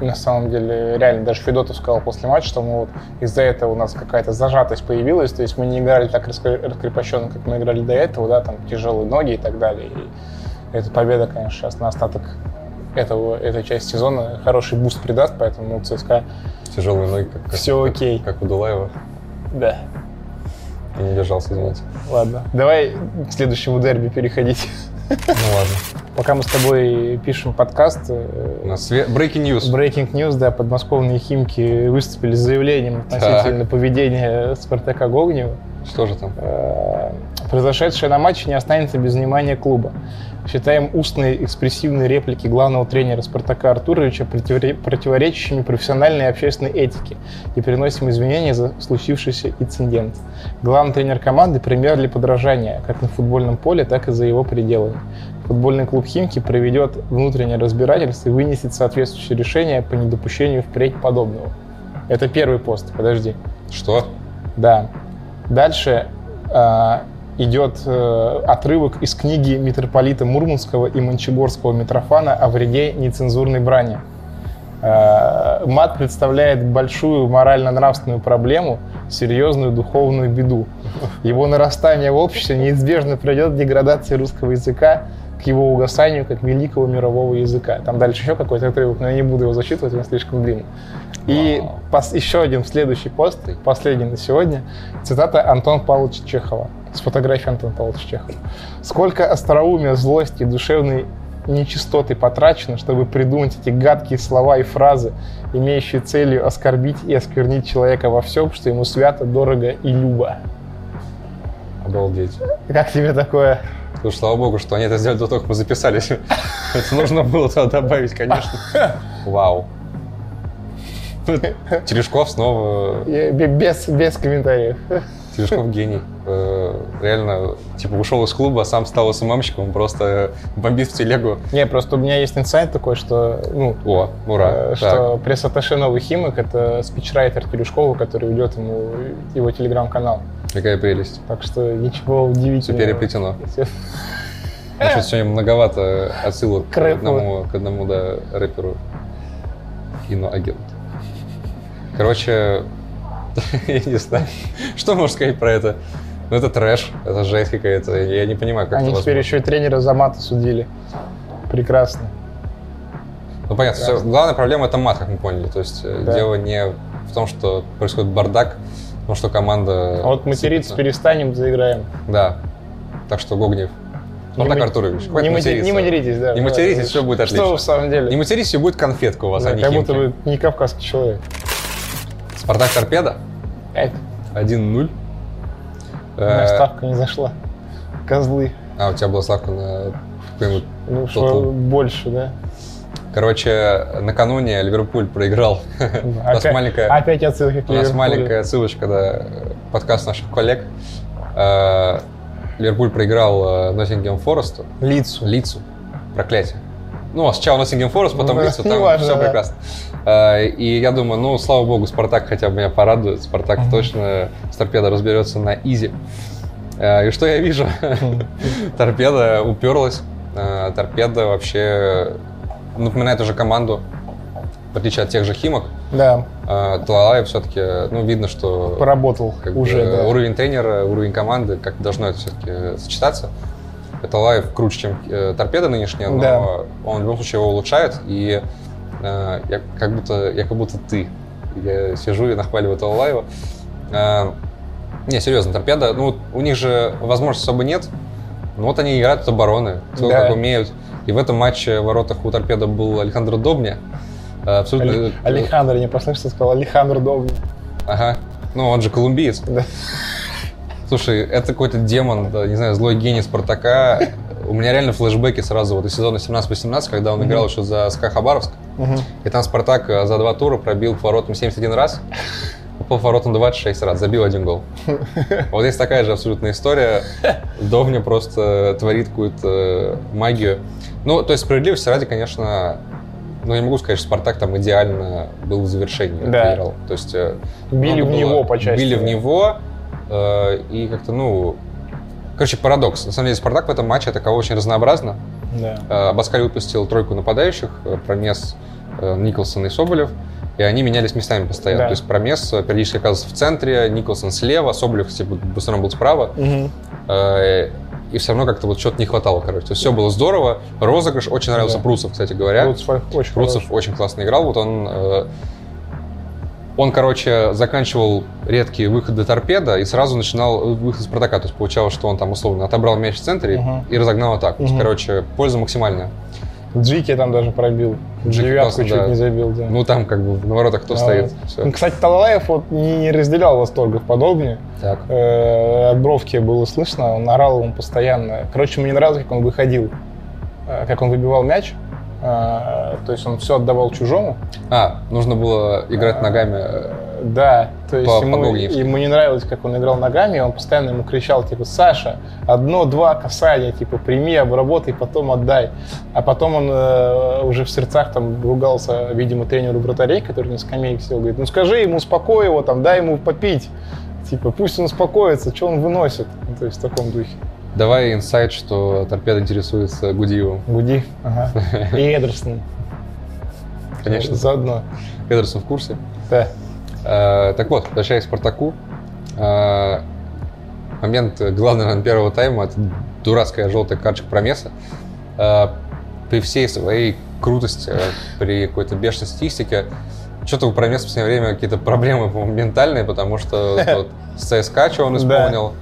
[SPEAKER 1] на самом деле, реально, даже Федотов сказал после матча, что мы вот из-за этого у нас какая-то зажатость появилась, то есть мы не играли так раскр- раскрепощенно, как мы играли до этого, да, там тяжелые ноги и так далее. И эта победа, конечно, сейчас на остаток этого, этой части сезона хороший буст придаст, поэтому ну, ЦСКА
[SPEAKER 2] Тяжелые ноги, как, как-
[SPEAKER 1] все окей.
[SPEAKER 2] как у Дулаева.
[SPEAKER 1] Да.
[SPEAKER 2] Я не держался, извините.
[SPEAKER 1] Ладно. Давай к следующему дерби переходить.
[SPEAKER 2] Ну ладно.
[SPEAKER 1] Пока мы с тобой пишем подкаст, э,
[SPEAKER 2] У нас све- breaking news.
[SPEAKER 1] Breaking News, да, подмосковные химки выступили с заявлением относительно поведения Спартака Гогнева.
[SPEAKER 2] Что же там?
[SPEAKER 1] Э, Произошедшее на матче не останется без внимания клуба. Считаем устные экспрессивные реплики главного тренера Спартака Артуровича противре- противоречащими профессиональной и общественной этике и приносим извинения за случившийся инцидент. Главный тренер команды – пример для подражания как на футбольном поле, так и за его пределами. футбольный клуб Химки проведет внутреннее разбирательство и вынесет соответствующее решение по недопущению впредь подобного. Это первый пост, подожди.
[SPEAKER 2] Что?
[SPEAKER 1] Да. Дальше э, идет э, отрывок из книги митрополита Мурманского и Мончегорского Митрофана о вреде нецензурной брани. Э, мат представляет большую морально-нравственную проблему, серьезную духовную беду. Его нарастание в обществе неизбежно придет к деградации русского языка, к его угасанию как великого мирового языка. Там дальше еще какой-то отрывок, но я не буду его зачитывать, он слишком длинный. И
[SPEAKER 2] Вау.
[SPEAKER 1] пос- еще один следующий пост, последний на сегодня, цитата Антона Павловича Чехова, с фотографией Антона Павловича Чехова. «Сколько остроумия, злости и душевной нечистоты потрачено, чтобы придумать эти гадкие слова и фразы, имеющие целью оскорбить и осквернить человека во всем, что ему свято, дорого и любо».
[SPEAKER 2] Обалдеть.
[SPEAKER 1] Как тебе такое?
[SPEAKER 2] Слушай, слава богу, что они это сделали до того, как мы записались. Это нужно было туда добавить, конечно. Вау. Терешков снова...
[SPEAKER 1] Я- бе- Без, без комментариев.
[SPEAKER 2] Терешков гений. Э, Реально, типа, ушел из клуба, сам стал СММщиком, просто бомбит в телегу.
[SPEAKER 1] Не, просто у меня есть инсайт такой, что ну,
[SPEAKER 2] О,
[SPEAKER 1] Э,
[SPEAKER 2] ура. Так.
[SPEAKER 1] что пресс-атташе «Новый Химик» — это спичрайтер Терешкова, который ведет ему его телеграм-канал.
[SPEAKER 2] Какая прелесть.
[SPEAKER 1] Так что ничего
[SPEAKER 2] Все
[SPEAKER 1] удивительного.
[SPEAKER 2] переплетено.
[SPEAKER 1] Все-
[SPEAKER 2] Ну, что-то сегодня многовато отсылок к
[SPEAKER 1] К рэпу.
[SPEAKER 2] одному, к одному да, рэперу. Киноагент. Короче, я не знаю, что можно сказать про это. Ну, это трэш, это жесть какая-то. Я не понимаю, как
[SPEAKER 1] Они
[SPEAKER 2] это
[SPEAKER 1] теперь
[SPEAKER 2] возможно.
[SPEAKER 1] еще и тренера за маты судили. Прекрасно.
[SPEAKER 2] Ну, понятно, всё, главная проблема – это мат, как мы поняли. То есть э,
[SPEAKER 1] Да.
[SPEAKER 2] дело не в том, что происходит бардак, потому что команда...
[SPEAKER 1] А вот материться
[SPEAKER 2] сыпется.
[SPEAKER 1] перестанем, заиграем.
[SPEAKER 2] Да. Так что Гогнев. Ну,
[SPEAKER 1] Не
[SPEAKER 2] так,
[SPEAKER 1] ма-
[SPEAKER 2] Артурович, хватит
[SPEAKER 1] Не, мати-
[SPEAKER 2] материться.
[SPEAKER 1] не материтесь, да.
[SPEAKER 2] Не
[SPEAKER 1] да,
[SPEAKER 2] материтесь,
[SPEAKER 1] да.
[SPEAKER 2] всё будет
[SPEAKER 1] Что
[SPEAKER 2] отлично.
[SPEAKER 1] вы в самом деле?
[SPEAKER 2] Не матерись, и будет конфетка у вас,
[SPEAKER 1] Да,
[SPEAKER 2] а не
[SPEAKER 1] как
[SPEAKER 2] Химки.
[SPEAKER 1] будто вы не кавказский человек.
[SPEAKER 2] Спартак Торпеда
[SPEAKER 1] Эх,
[SPEAKER 2] 1-0.
[SPEAKER 1] моя
[SPEAKER 2] Э,
[SPEAKER 1] ставка не зашла. Козлы.
[SPEAKER 2] А, у тебя была ставка на какой-нибудь
[SPEAKER 1] Ну,
[SPEAKER 2] тотал.
[SPEAKER 1] что больше, да?
[SPEAKER 2] Короче, накануне Ливерпуль проиграл. У нас
[SPEAKER 1] Опять-
[SPEAKER 2] маленькая,
[SPEAKER 1] Опять отсылки к
[SPEAKER 2] у нас
[SPEAKER 1] Ливерпулю.
[SPEAKER 2] маленькая ссылочка, да, подкаст наших коллег. Э, Ливерпуль проиграл э, Ноттингем Форесту,
[SPEAKER 1] Лицу.
[SPEAKER 2] Лицу. Проклятие. Ну, а сначала Ноттингем Форест, потом
[SPEAKER 1] Ну,
[SPEAKER 2] Лицу,
[SPEAKER 1] не
[SPEAKER 2] там
[SPEAKER 1] важно,
[SPEAKER 2] все
[SPEAKER 1] да.
[SPEAKER 2] прекрасно. Э, И я думаю, ну, слава богу, Спартак хотя бы меня порадует. Спартак точно с торпедо разберется на изи. Э, И что я вижу? Торпеда уперлась. Э, Торпеда вообще напоминает уже команду, в отличие от тех же Химок.
[SPEAKER 1] Да,
[SPEAKER 2] Э, Талалаев все-таки, ну, видно, что
[SPEAKER 1] поработал
[SPEAKER 2] как бы,
[SPEAKER 1] уже, да.
[SPEAKER 2] уровень тренера, уровень команды, как должно это все-таки сочетаться. Талалаев круче, чем э, торпеда нынешняя, но
[SPEAKER 1] Да.
[SPEAKER 2] он в любом случае его улучшает. И э, я, как будто, я как будто ты. Я сижу и нахваливаю Талалаева. Э, не, серьезно, торпеда, ну, вот у них же возможности особо нет. Ну, вот они играют от обороны, то,
[SPEAKER 1] Да.
[SPEAKER 2] как умеют. И в этом матче в воротах у торпеда был Александр Добня. Э, Абсолютно...
[SPEAKER 1] Али- Алехандро, не послышал, сказал Алехандро Добни.
[SPEAKER 2] Ага. Ну, он же колумбиец.
[SPEAKER 1] Да.
[SPEAKER 2] Слушай, это какой-то демон, да, не знаю, злой гений Спартака. У меня реально флешбеки сразу вот из сезона 17-18, когда он играл еще за СКА Хабаровск.
[SPEAKER 1] Мгм.
[SPEAKER 2] И там Спартак э, за два тура пробил по воротам 71 раз, по воротам 26 раз, забил один гол. Вот здесь такая же абсолютная история. Довня просто творит какую-то э, магию. Ну, то есть справедливости ради, конечно, ну, я не могу сказать, что Спартак там идеально был в завершении.
[SPEAKER 1] Да.
[SPEAKER 2] проиграл. То есть э,
[SPEAKER 1] Били
[SPEAKER 2] много
[SPEAKER 1] в
[SPEAKER 2] было.
[SPEAKER 1] него по части.
[SPEAKER 2] Били в него. э, И как-то, ну... Короче, парадокс. На самом деле, Спартак в этом матче атаковал очень разнообразно.
[SPEAKER 1] Да.
[SPEAKER 2] Э, Абаскаль выпустил тройку нападающих, э, промес э, Николсон и Соболев, и они менялись местами постоянно.
[SPEAKER 1] Да.
[SPEAKER 2] То есть промес э, периодически оказывался в центре, Николсон слева, Соболев типа, в основном был справа,
[SPEAKER 1] Мгм.
[SPEAKER 2] Э, и все равно как-то вот что-то не хватало, короче. То есть все было здорово, розыгрыш, очень нравился
[SPEAKER 1] Да.
[SPEAKER 2] Прусов, кстати говоря.
[SPEAKER 1] Руцев очень
[SPEAKER 2] Пруцев
[SPEAKER 1] хороший.
[SPEAKER 2] очень классно играл. Вот он, э, он, короче, заканчивал редкие выходы торпеда и сразу начинал э, выход из Спартака. То есть получалось, что он там условно отобрал мяч в центре
[SPEAKER 1] Мгм.
[SPEAKER 2] и разогнал атаку. То есть,
[SPEAKER 1] Мгм.
[SPEAKER 2] короче, польза максимальная.
[SPEAKER 1] Джики там даже пробил.
[SPEAKER 2] Джики
[SPEAKER 1] Девятку
[SPEAKER 2] классно,
[SPEAKER 1] чуть
[SPEAKER 2] да.
[SPEAKER 1] не забил, да.
[SPEAKER 2] Ну там как бы на воротах кто
[SPEAKER 1] Да.
[SPEAKER 2] стоит. Всё.
[SPEAKER 1] Ну, Кстати, Талалаев вот не, не разделял восторгов подобнее.
[SPEAKER 2] Так.
[SPEAKER 1] Э, От Бровки было слышно, он орал ему постоянно. Короче, мне не нравилось, как он выходил, э, как он выбивал мяч. Э, То есть он все отдавал чужому.
[SPEAKER 2] А, нужно было играть ногами. э,
[SPEAKER 1] Э, Да, то есть
[SPEAKER 2] По-
[SPEAKER 1] ему,
[SPEAKER 2] по-гоголевски.
[SPEAKER 1] ему не нравилось, как он играл ногами, и он постоянно ему кричал, типа, Саша, одно-два касания, типа, прими, обработай, потом отдай. А потом он э, уже в сердцах там ругался, видимо, тренеру вратарей, который на скамейке сидел, говорит, ну скажи ему, успокой его, там, дай ему попить. Типа, пусть он успокоится, что он выносит. Ну, то есть в таком духе.
[SPEAKER 2] Давай инсайт, что торпеда интересуется Гудиевым.
[SPEAKER 1] Гуди. Ага. И Эдерсон.
[SPEAKER 2] Конечно.
[SPEAKER 1] Заодно.
[SPEAKER 2] Эдерсон в курсе.
[SPEAKER 1] Да.
[SPEAKER 2] Э, Так вот, возвращаясь к Спартаку, э, момент э, главный, наверное, первого тайма – это дурацкая желтая карточка Промеса. Э, При всей своей крутости, э, при какой-то бешеной статистике, что-то у Промеса в последнее время какие-то проблемы по-моему, ментальные, потому что вот с ЦСКА, что он
[SPEAKER 1] Да.
[SPEAKER 2] исполнил,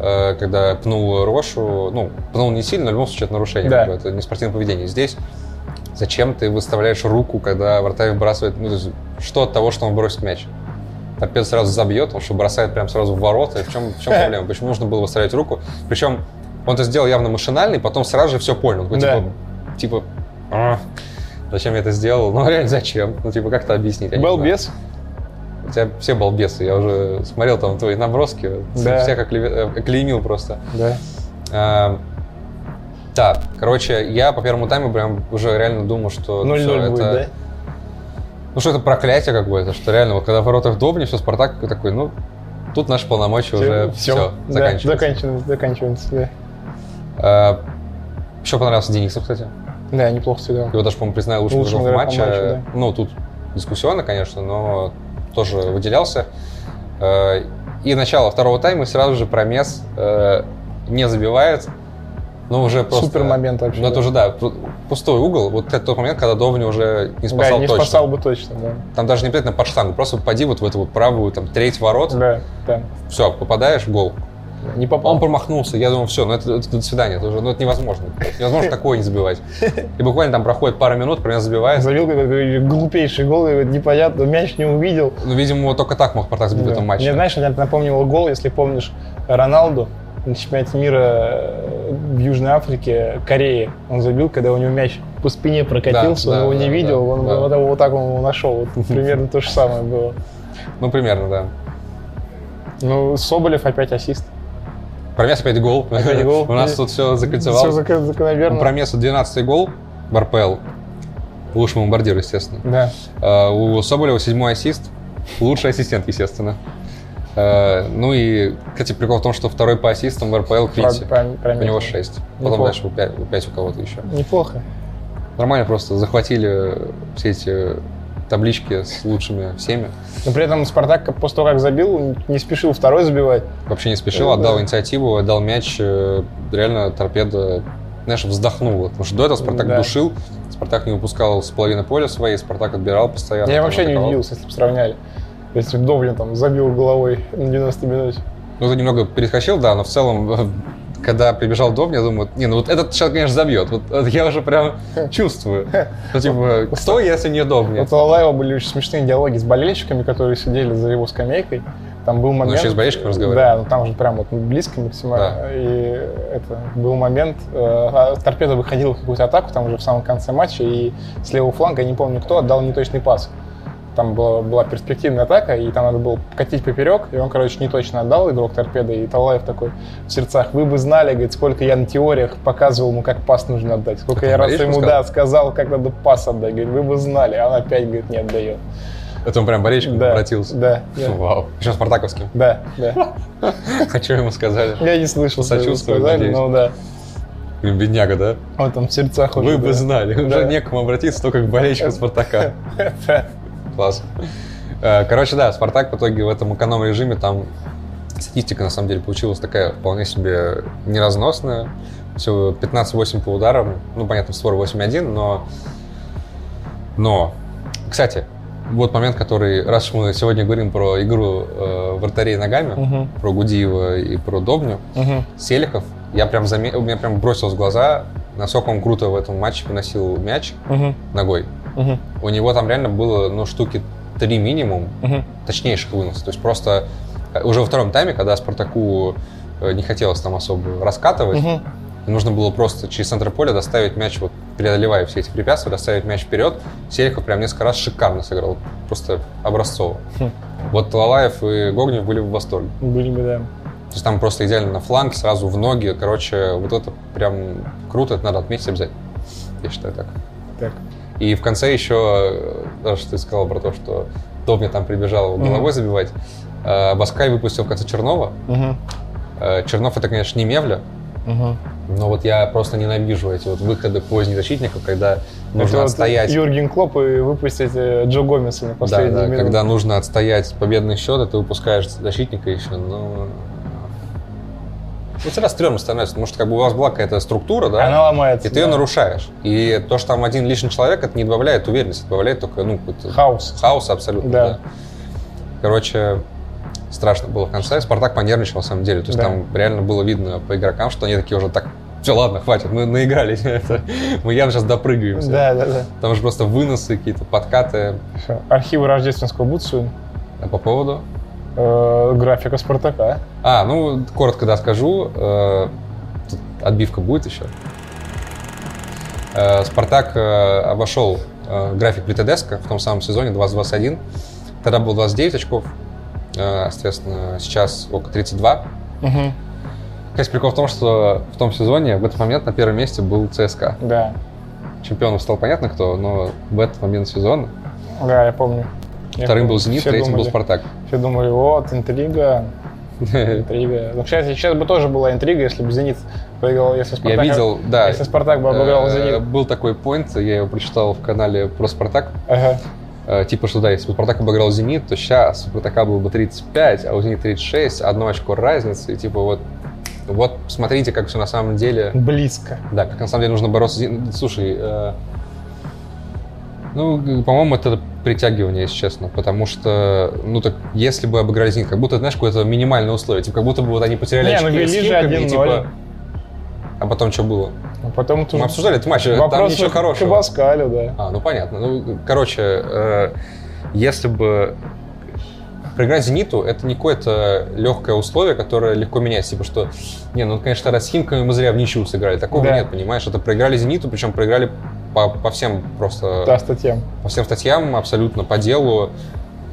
[SPEAKER 2] э, когда пнул Рошу, ну, пнул не сильно, но в любом случае это нарушение,
[SPEAKER 1] Да.
[SPEAKER 2] как бы, это не спортивное поведение. Здесь зачем ты выставляешь руку, когда вратарь выбрасывает, ну, то есть, что от того, что он бросит мяч? Торпед А сразу забьет, он что бросает прям сразу в ворота. И В чем, в чем проблема? Почему нужно было выставлять руку? Причем он это сделал явно машинально, и потом сразу же все понял. Такой,
[SPEAKER 1] Да.
[SPEAKER 2] Типа, типа «А, зачем я это сделал? Ну, реально, зачем? Ну, типа, как это объяснить? Я не знаю.
[SPEAKER 1] Балбес.
[SPEAKER 2] У тебя все балбесы. Я уже смотрел там твои наброски.
[SPEAKER 1] Да.
[SPEAKER 2] Всех оклеве- э, оклеймил просто.
[SPEAKER 1] Да.
[SPEAKER 2] А, Да, короче, я по первому тайму прям уже реально думал, что...
[SPEAKER 1] 0-0
[SPEAKER 2] всё,
[SPEAKER 1] будет,
[SPEAKER 2] это-
[SPEAKER 1] да?
[SPEAKER 2] ну что это проклятие какое-то, что реально, вот когда в воротах Добни, все, Спартак такой, ну, тут наши полномочия уже все,
[SPEAKER 1] ну, да,
[SPEAKER 2] заканчивается.
[SPEAKER 1] заканчивается. Заканчивается, да.
[SPEAKER 2] еще А, понравился Денисов, кстати.
[SPEAKER 1] Да, неплохо сыграл.
[SPEAKER 2] Его даже, по-моему, признали лучшим
[SPEAKER 1] Лучшим
[SPEAKER 2] игроком
[SPEAKER 1] игроком
[SPEAKER 2] матча.
[SPEAKER 1] матча,
[SPEAKER 2] Ну, тут дискуссионно, конечно, но тоже выделялся. Э, И начало второго тайма, и сразу же промес э, не забивает. Ну, уже просто...
[SPEAKER 1] Супер момент вообще,
[SPEAKER 2] Ну, это
[SPEAKER 1] да.
[SPEAKER 2] уже, да, пу- пустой угол. Вот это тот момент, когда Довни уже не спасал
[SPEAKER 1] да, не
[SPEAKER 2] точно.
[SPEAKER 1] спасал бы точно, да.
[SPEAKER 2] Там даже не обязательно под штангу, просто поди вот в эту вот правую, там, треть ворот,
[SPEAKER 1] Да, да.
[SPEAKER 2] все, попадаешь в гол.
[SPEAKER 1] Не попал.
[SPEAKER 2] Он промахнулся, я думал, все, ну это, это до свидания, это уже ну, это невозможно. Невозможно такое не забивать. И буквально там проходит пара минут, примерно забивает.
[SPEAKER 1] Забил какой-то глупейший гол, и говорит, непонятно, мяч не увидел.
[SPEAKER 2] Ну, видимо, вот только так мог Спартак забить в
[SPEAKER 1] Да.
[SPEAKER 2] этом матче.
[SPEAKER 1] Мне, знаешь, это напомнило гол, если помнишь, Роналду на чемпионате мира э, в Южной Африке, Корее. Он забил, когда у него мяч по спине прокатился,
[SPEAKER 2] Да,
[SPEAKER 1] он
[SPEAKER 2] да,
[SPEAKER 1] его не
[SPEAKER 2] да,
[SPEAKER 1] видел,
[SPEAKER 2] да,
[SPEAKER 1] он
[SPEAKER 2] да.
[SPEAKER 1] вот- вот так он его нашел. Вот примерно то же самое было.
[SPEAKER 2] Ну, примерно, да.
[SPEAKER 1] Ну, Соболев опять ассист.
[SPEAKER 2] Промес опять гол.
[SPEAKER 1] Опять гол.
[SPEAKER 2] У нас тут все
[SPEAKER 1] Все
[SPEAKER 2] закольцевалось. У
[SPEAKER 1] закономерно.
[SPEAKER 2] Промеса 12 гол в РПЛ. Лучшему бомбардиру, естественно.
[SPEAKER 1] Да.
[SPEAKER 2] А, У Соболева седьмой ассист. Лучший ассистент, естественно. А, Ну и, кстати, прикол в том, что второй по ассистам в РПЛ Крити.
[SPEAKER 1] Про- про-
[SPEAKER 2] У него 6. Потом
[SPEAKER 1] Неплохо.
[SPEAKER 2] дальше 5, у кого-то еще.
[SPEAKER 1] Неплохо.
[SPEAKER 2] Нормально просто захватили все эти таблички с лучшими всеми.
[SPEAKER 1] Но при этом Спартак после того, как забил, не спешил второй забивать.
[SPEAKER 2] Вообще не спешил,
[SPEAKER 1] Э, Да.
[SPEAKER 2] отдал инициативу, отдал мяч. э, Реально торпеда, знаешь, вздохнула. Потому что до этого Спартак
[SPEAKER 1] Да.
[SPEAKER 2] душил, Спартак не выпускал с половины поля своей, Спартак отбирал постоянно.
[SPEAKER 1] Я
[SPEAKER 2] там
[SPEAKER 1] вообще не
[SPEAKER 2] атаковал.
[SPEAKER 1] удивился, если бы сравняли. Если бы Довлин там забил головой на 90 минуте.
[SPEAKER 2] Ну, ты немного перескочил, да, но в целом, э, когда прибежал Дом, я думаю, не, ну вот этот человек, конечно, забьет. Вот это я уже прям чувствую. Ну, типа, кто, если не Дом?
[SPEAKER 1] Вот у Алаева были очень смешные диалоги с болельщиками, которые сидели за его скамейкой. Там был момент...
[SPEAKER 2] еще и с болельщиками разговаривали.
[SPEAKER 1] Да, ну там же прям вот близко максимально.
[SPEAKER 2] Да.
[SPEAKER 1] И это был момент... э, а, торпеда выходила в какую-то атаку, там уже в самом конце матча, и с левого фланга, я не помню кто, отдал неточный пас. Там была, была перспективная атака, и там надо было катить поперек, и он, короче, не точно отдал игрок торпеды, и Талаев такой в сердцах, вы бы знали, говорит, сколько я на теориях показывал ему, как пас нужно отдать, сколько
[SPEAKER 2] Это
[SPEAKER 1] я раз
[SPEAKER 2] болельщикам
[SPEAKER 1] ему,
[SPEAKER 2] сказал?
[SPEAKER 1] да, сказал, как надо пас отдать, говорит, вы бы знали, а он опять, говорит, не отдает.
[SPEAKER 2] Это он прям болельщик
[SPEAKER 1] Да,
[SPEAKER 2] обратился.
[SPEAKER 1] Да, да,
[SPEAKER 2] Фу, Вау. Причем спартаковским.
[SPEAKER 1] да, да.
[SPEAKER 2] А что ему сказали?
[SPEAKER 1] Я не слышал, что вы
[SPEAKER 2] Сочувствую,
[SPEAKER 1] сказали,
[SPEAKER 2] надеюсь.
[SPEAKER 1] но да.
[SPEAKER 2] Блин, Бедняга, да?
[SPEAKER 1] Он там в сердцах уже.
[SPEAKER 2] Вы бы
[SPEAKER 1] да.
[SPEAKER 2] знали. Уже
[SPEAKER 1] Да.
[SPEAKER 2] некому обратиться, только к болельщику Спартака.
[SPEAKER 1] Да.
[SPEAKER 2] Класс. Э, Короче, да, Спартак в итоге в этом эконом-режиме там статистика, на самом деле, получилась такая вполне себе неразносная. Всего 15-8 по ударам. Ну, понятно, створ 8-1, но... Но... Кстати, вот момент, который, раз уж мы сегодня говорим про игру э, вратарей ногами,
[SPEAKER 1] Мгм.
[SPEAKER 2] про Гудиева и про Добню,
[SPEAKER 1] Мгм.
[SPEAKER 2] Селихов, я прям заме... у меня прям бросилось в глаза, насколько он круто в этом матче выносил мяч
[SPEAKER 1] Мгм.
[SPEAKER 2] ногой.
[SPEAKER 1] Мгм.
[SPEAKER 2] У него там реально было, ну, штуки три минимум,
[SPEAKER 1] Мгм.
[SPEAKER 2] точнейших выносов. То есть просто э, уже во втором тайме, когда Спартаку э, не хотелось там особо раскатывать,
[SPEAKER 1] Мгм.
[SPEAKER 2] нужно было просто через центр поля доставить мяч, вот преодолевая все эти препятствия, доставить мяч вперед. Селихов прям несколько раз шикарно сыграл, просто образцово.
[SPEAKER 1] Хм.
[SPEAKER 2] Вот Лалаев и Горнев были в восторге.
[SPEAKER 1] Были бы, да.
[SPEAKER 2] То есть там просто идеально на фланг, сразу в ноги. Короче, вот это прям круто, это надо отметить обязательно. Я считаю так.
[SPEAKER 1] Так.
[SPEAKER 2] И в конце еще, даже что ты сказал про то, что Топ мне там прибежал его головой забивать, э, Баскай выпустил в конце Чернова.
[SPEAKER 1] Мгм.
[SPEAKER 2] Э, Чернов это, конечно, не Мевля,
[SPEAKER 1] Мгм.
[SPEAKER 2] но вот я просто ненавижу эти вот выходы поздних защитников, когда нужно
[SPEAKER 1] Это вот
[SPEAKER 2] отстоять.
[SPEAKER 1] Юрген Клоп и выпустить э, Джо Гомеса на
[SPEAKER 2] Да,
[SPEAKER 1] последний
[SPEAKER 2] да,
[SPEAKER 1] минут.
[SPEAKER 2] когда нужно отстоять победный счет, а ты выпускаешь защитника еще, ну... Вот всегда стрёмно становится, потому что как бы у вас была какая-то структура, да?
[SPEAKER 1] Она ломается.
[SPEAKER 2] И ты ее
[SPEAKER 1] да.
[SPEAKER 2] нарушаешь. И то, что там один лишний человек, это не добавляет уверенности, добавляет только, ну, какой-то
[SPEAKER 1] Хаос.
[SPEAKER 2] хаос абсолютно.
[SPEAKER 1] Да.
[SPEAKER 2] Да. Короче, страшно было в конце. Спартак понервничал, на самом деле. То есть
[SPEAKER 1] Да.
[SPEAKER 2] там реально было видно по игрокам, что они такие уже так... Все, ладно, хватит, мы наигрались. Это, мы явно сейчас допрыгаемся.
[SPEAKER 1] Да, да, да.
[SPEAKER 2] Там же просто выносы, какие-то подкаты.
[SPEAKER 1] Всё. Архивы рождественского бутсу,
[SPEAKER 2] А по поводу...
[SPEAKER 1] э, графика Спартака.
[SPEAKER 2] А, ну, коротко, да, скажу. Э, тут отбивка будет еще. Э, Спартак э, обошел э, график при Тедеско в том самом сезоне 2021. Тогда было 29 очков. Э, Соответственно, сейчас около 32.
[SPEAKER 1] Мгм.
[SPEAKER 2] Конечно, прикол в том, что в том сезоне в этот момент на первом месте был ЦСКА.
[SPEAKER 1] Да.
[SPEAKER 2] Чемпионом стал понятно кто, но в этот момент сезона
[SPEAKER 1] Да, я помню. Я
[SPEAKER 2] вторым
[SPEAKER 1] помню.
[SPEAKER 2] был «Зенит»,
[SPEAKER 1] Все
[SPEAKER 2] третьим был
[SPEAKER 1] думали-
[SPEAKER 2] «Спартак».
[SPEAKER 1] Все думали, вот, интрига, интрига. Ну, кстати, сейчас бы тоже была интрига, если бы «Зенит» выиграл, если
[SPEAKER 2] Я
[SPEAKER 1] «Спартак».
[SPEAKER 2] видел, да.
[SPEAKER 1] Если «Спартак» бы обыграл
[SPEAKER 2] Э,
[SPEAKER 1] «Зенит».
[SPEAKER 2] Был такой поинт, я его прочитал в канале про Спартак.
[SPEAKER 1] Ага.
[SPEAKER 2] Э, Типа, что да, если бы Спартак обыграл Зенит, то сейчас у Спартака было бы 35, а у Зенит 36, одно очко разницы. И типа вот, вот смотрите, как все на самом деле...
[SPEAKER 1] Близко.
[SPEAKER 2] Да, как на самом деле нужно бороться с Зенитом. Слушай, э, ну, г- по-моему, это притягивание, если честно. Потому что, ну так, если бы обыграли Зенит, как будто, знаешь, какое-то минимальное условие. Типа, как будто бы вот они потеряли
[SPEAKER 1] Не,
[SPEAKER 2] очки
[SPEAKER 1] ну вели
[SPEAKER 2] с
[SPEAKER 1] же
[SPEAKER 2] Химками, и,
[SPEAKER 1] 1:0.
[SPEAKER 2] типа, А потом что было?
[SPEAKER 1] А потом тут
[SPEAKER 2] Мы обсуждали этот матч, там
[SPEAKER 1] вопрос
[SPEAKER 2] ничего
[SPEAKER 1] к
[SPEAKER 2] хорошего.
[SPEAKER 1] Абаскалю, да.
[SPEAKER 2] А, ну понятно. Ну, короче, э, если бы проиграть «Зениту» — это не какое-то легкое условие, которое легко меняется. Типа что, не, ну, конечно, тогда с «Химками» мы зря в ничью сыграли. Такого
[SPEAKER 1] Да.
[SPEAKER 2] нет, понимаешь? Это проиграли «Зениту», причем проиграли по, по всем просто...
[SPEAKER 1] Та статья.
[SPEAKER 2] По всем статьям абсолютно по делу.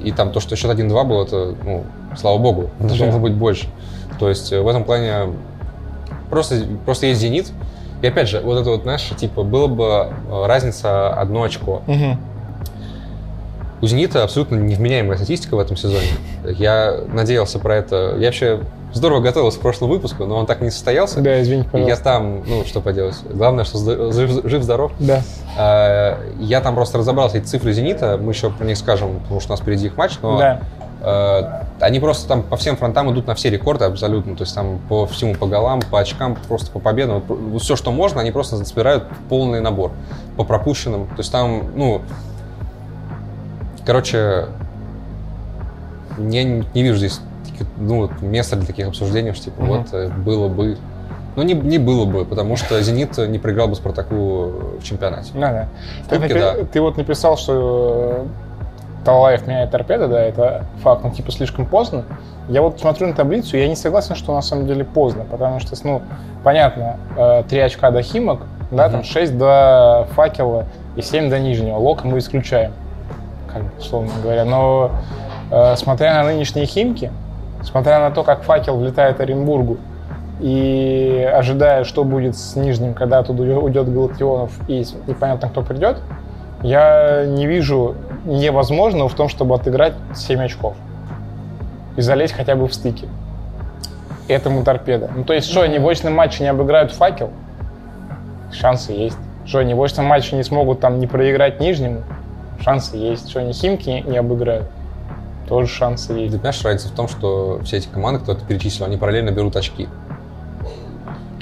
[SPEAKER 2] И там то, что счет 1-2 был, это, ну, слава богу, должно
[SPEAKER 1] Да.
[SPEAKER 2] было быть больше. То есть э, в этом плане просто, просто есть «Зенит». И опять же, вот это вот, знаешь, типа, было бы э, разница одно очко. У «Зенита» абсолютно невменяемая статистика в этом сезоне. Я надеялся про это. Я вообще здорово готовился к прошлому выпуску, но он так не состоялся.
[SPEAKER 1] Да, извините,
[SPEAKER 2] И я
[SPEAKER 1] пожалуйста.
[SPEAKER 2] там, ну, что поделать. Главное, что зда- жив- жив-здоров.
[SPEAKER 1] Да.
[SPEAKER 2] А, Я там просто разобрался эти цифры «Зенита». Мы еще про них скажем, потому что у нас впереди их матч. Но
[SPEAKER 1] Да.
[SPEAKER 2] э, они просто там по всем фронтам идут на все рекорды абсолютно. То есть там по всему, по голам, по очкам, просто по победам. Все, что можно, они просто собирают полный набор по пропущенным. То есть там, ну, короче, я не, не вижу здесь таки- ну, вот места для таких обсуждений, что типа
[SPEAKER 1] Мгм.
[SPEAKER 2] вот э, было бы. Ну, не, не было бы, потому что «Зенит» не проиграл бы «Спартаку» в чемпионате.
[SPEAKER 1] ну Да, да. Ты,
[SPEAKER 2] Кубке,
[SPEAKER 1] напи-
[SPEAKER 2] да.
[SPEAKER 1] ты вот написал, что э, Талаев меняет торпеда, да, это факт, ну, типа, слишком поздно. Я вот смотрю на таблицу, и я не согласен, что на самом деле поздно, потому что, ну, понятно, э, три очка до Химок, да, там
[SPEAKER 2] Мгм.
[SPEAKER 1] 6 до Факела и 7 до Нижнего. Лока мы исключаем, как бы, условно говоря. Но э, смотря на нынешние Химки, смотря на то, как Факел влетает Оренбургу, и ожидая, что будет с Нижним, когда оттуда уйдет- уйдет Галактионов и непонятно, кто придет, я не вижу невозможного в том, чтобы отыграть 7 очков и залезть хотя бы в стыки. Этому торпеда. Ну, то есть, что, они в очном матче не обыграют факел? Шансы есть. Что, они в очном матче не смогут там не проиграть Нижнему? Шансы есть. Что, они Химки не, не обыграют? Тоже шансы
[SPEAKER 2] И
[SPEAKER 1] есть.
[SPEAKER 2] ты понимаешь, разница в том, что все эти команды, кто ты перечислил, они параллельно берут очки.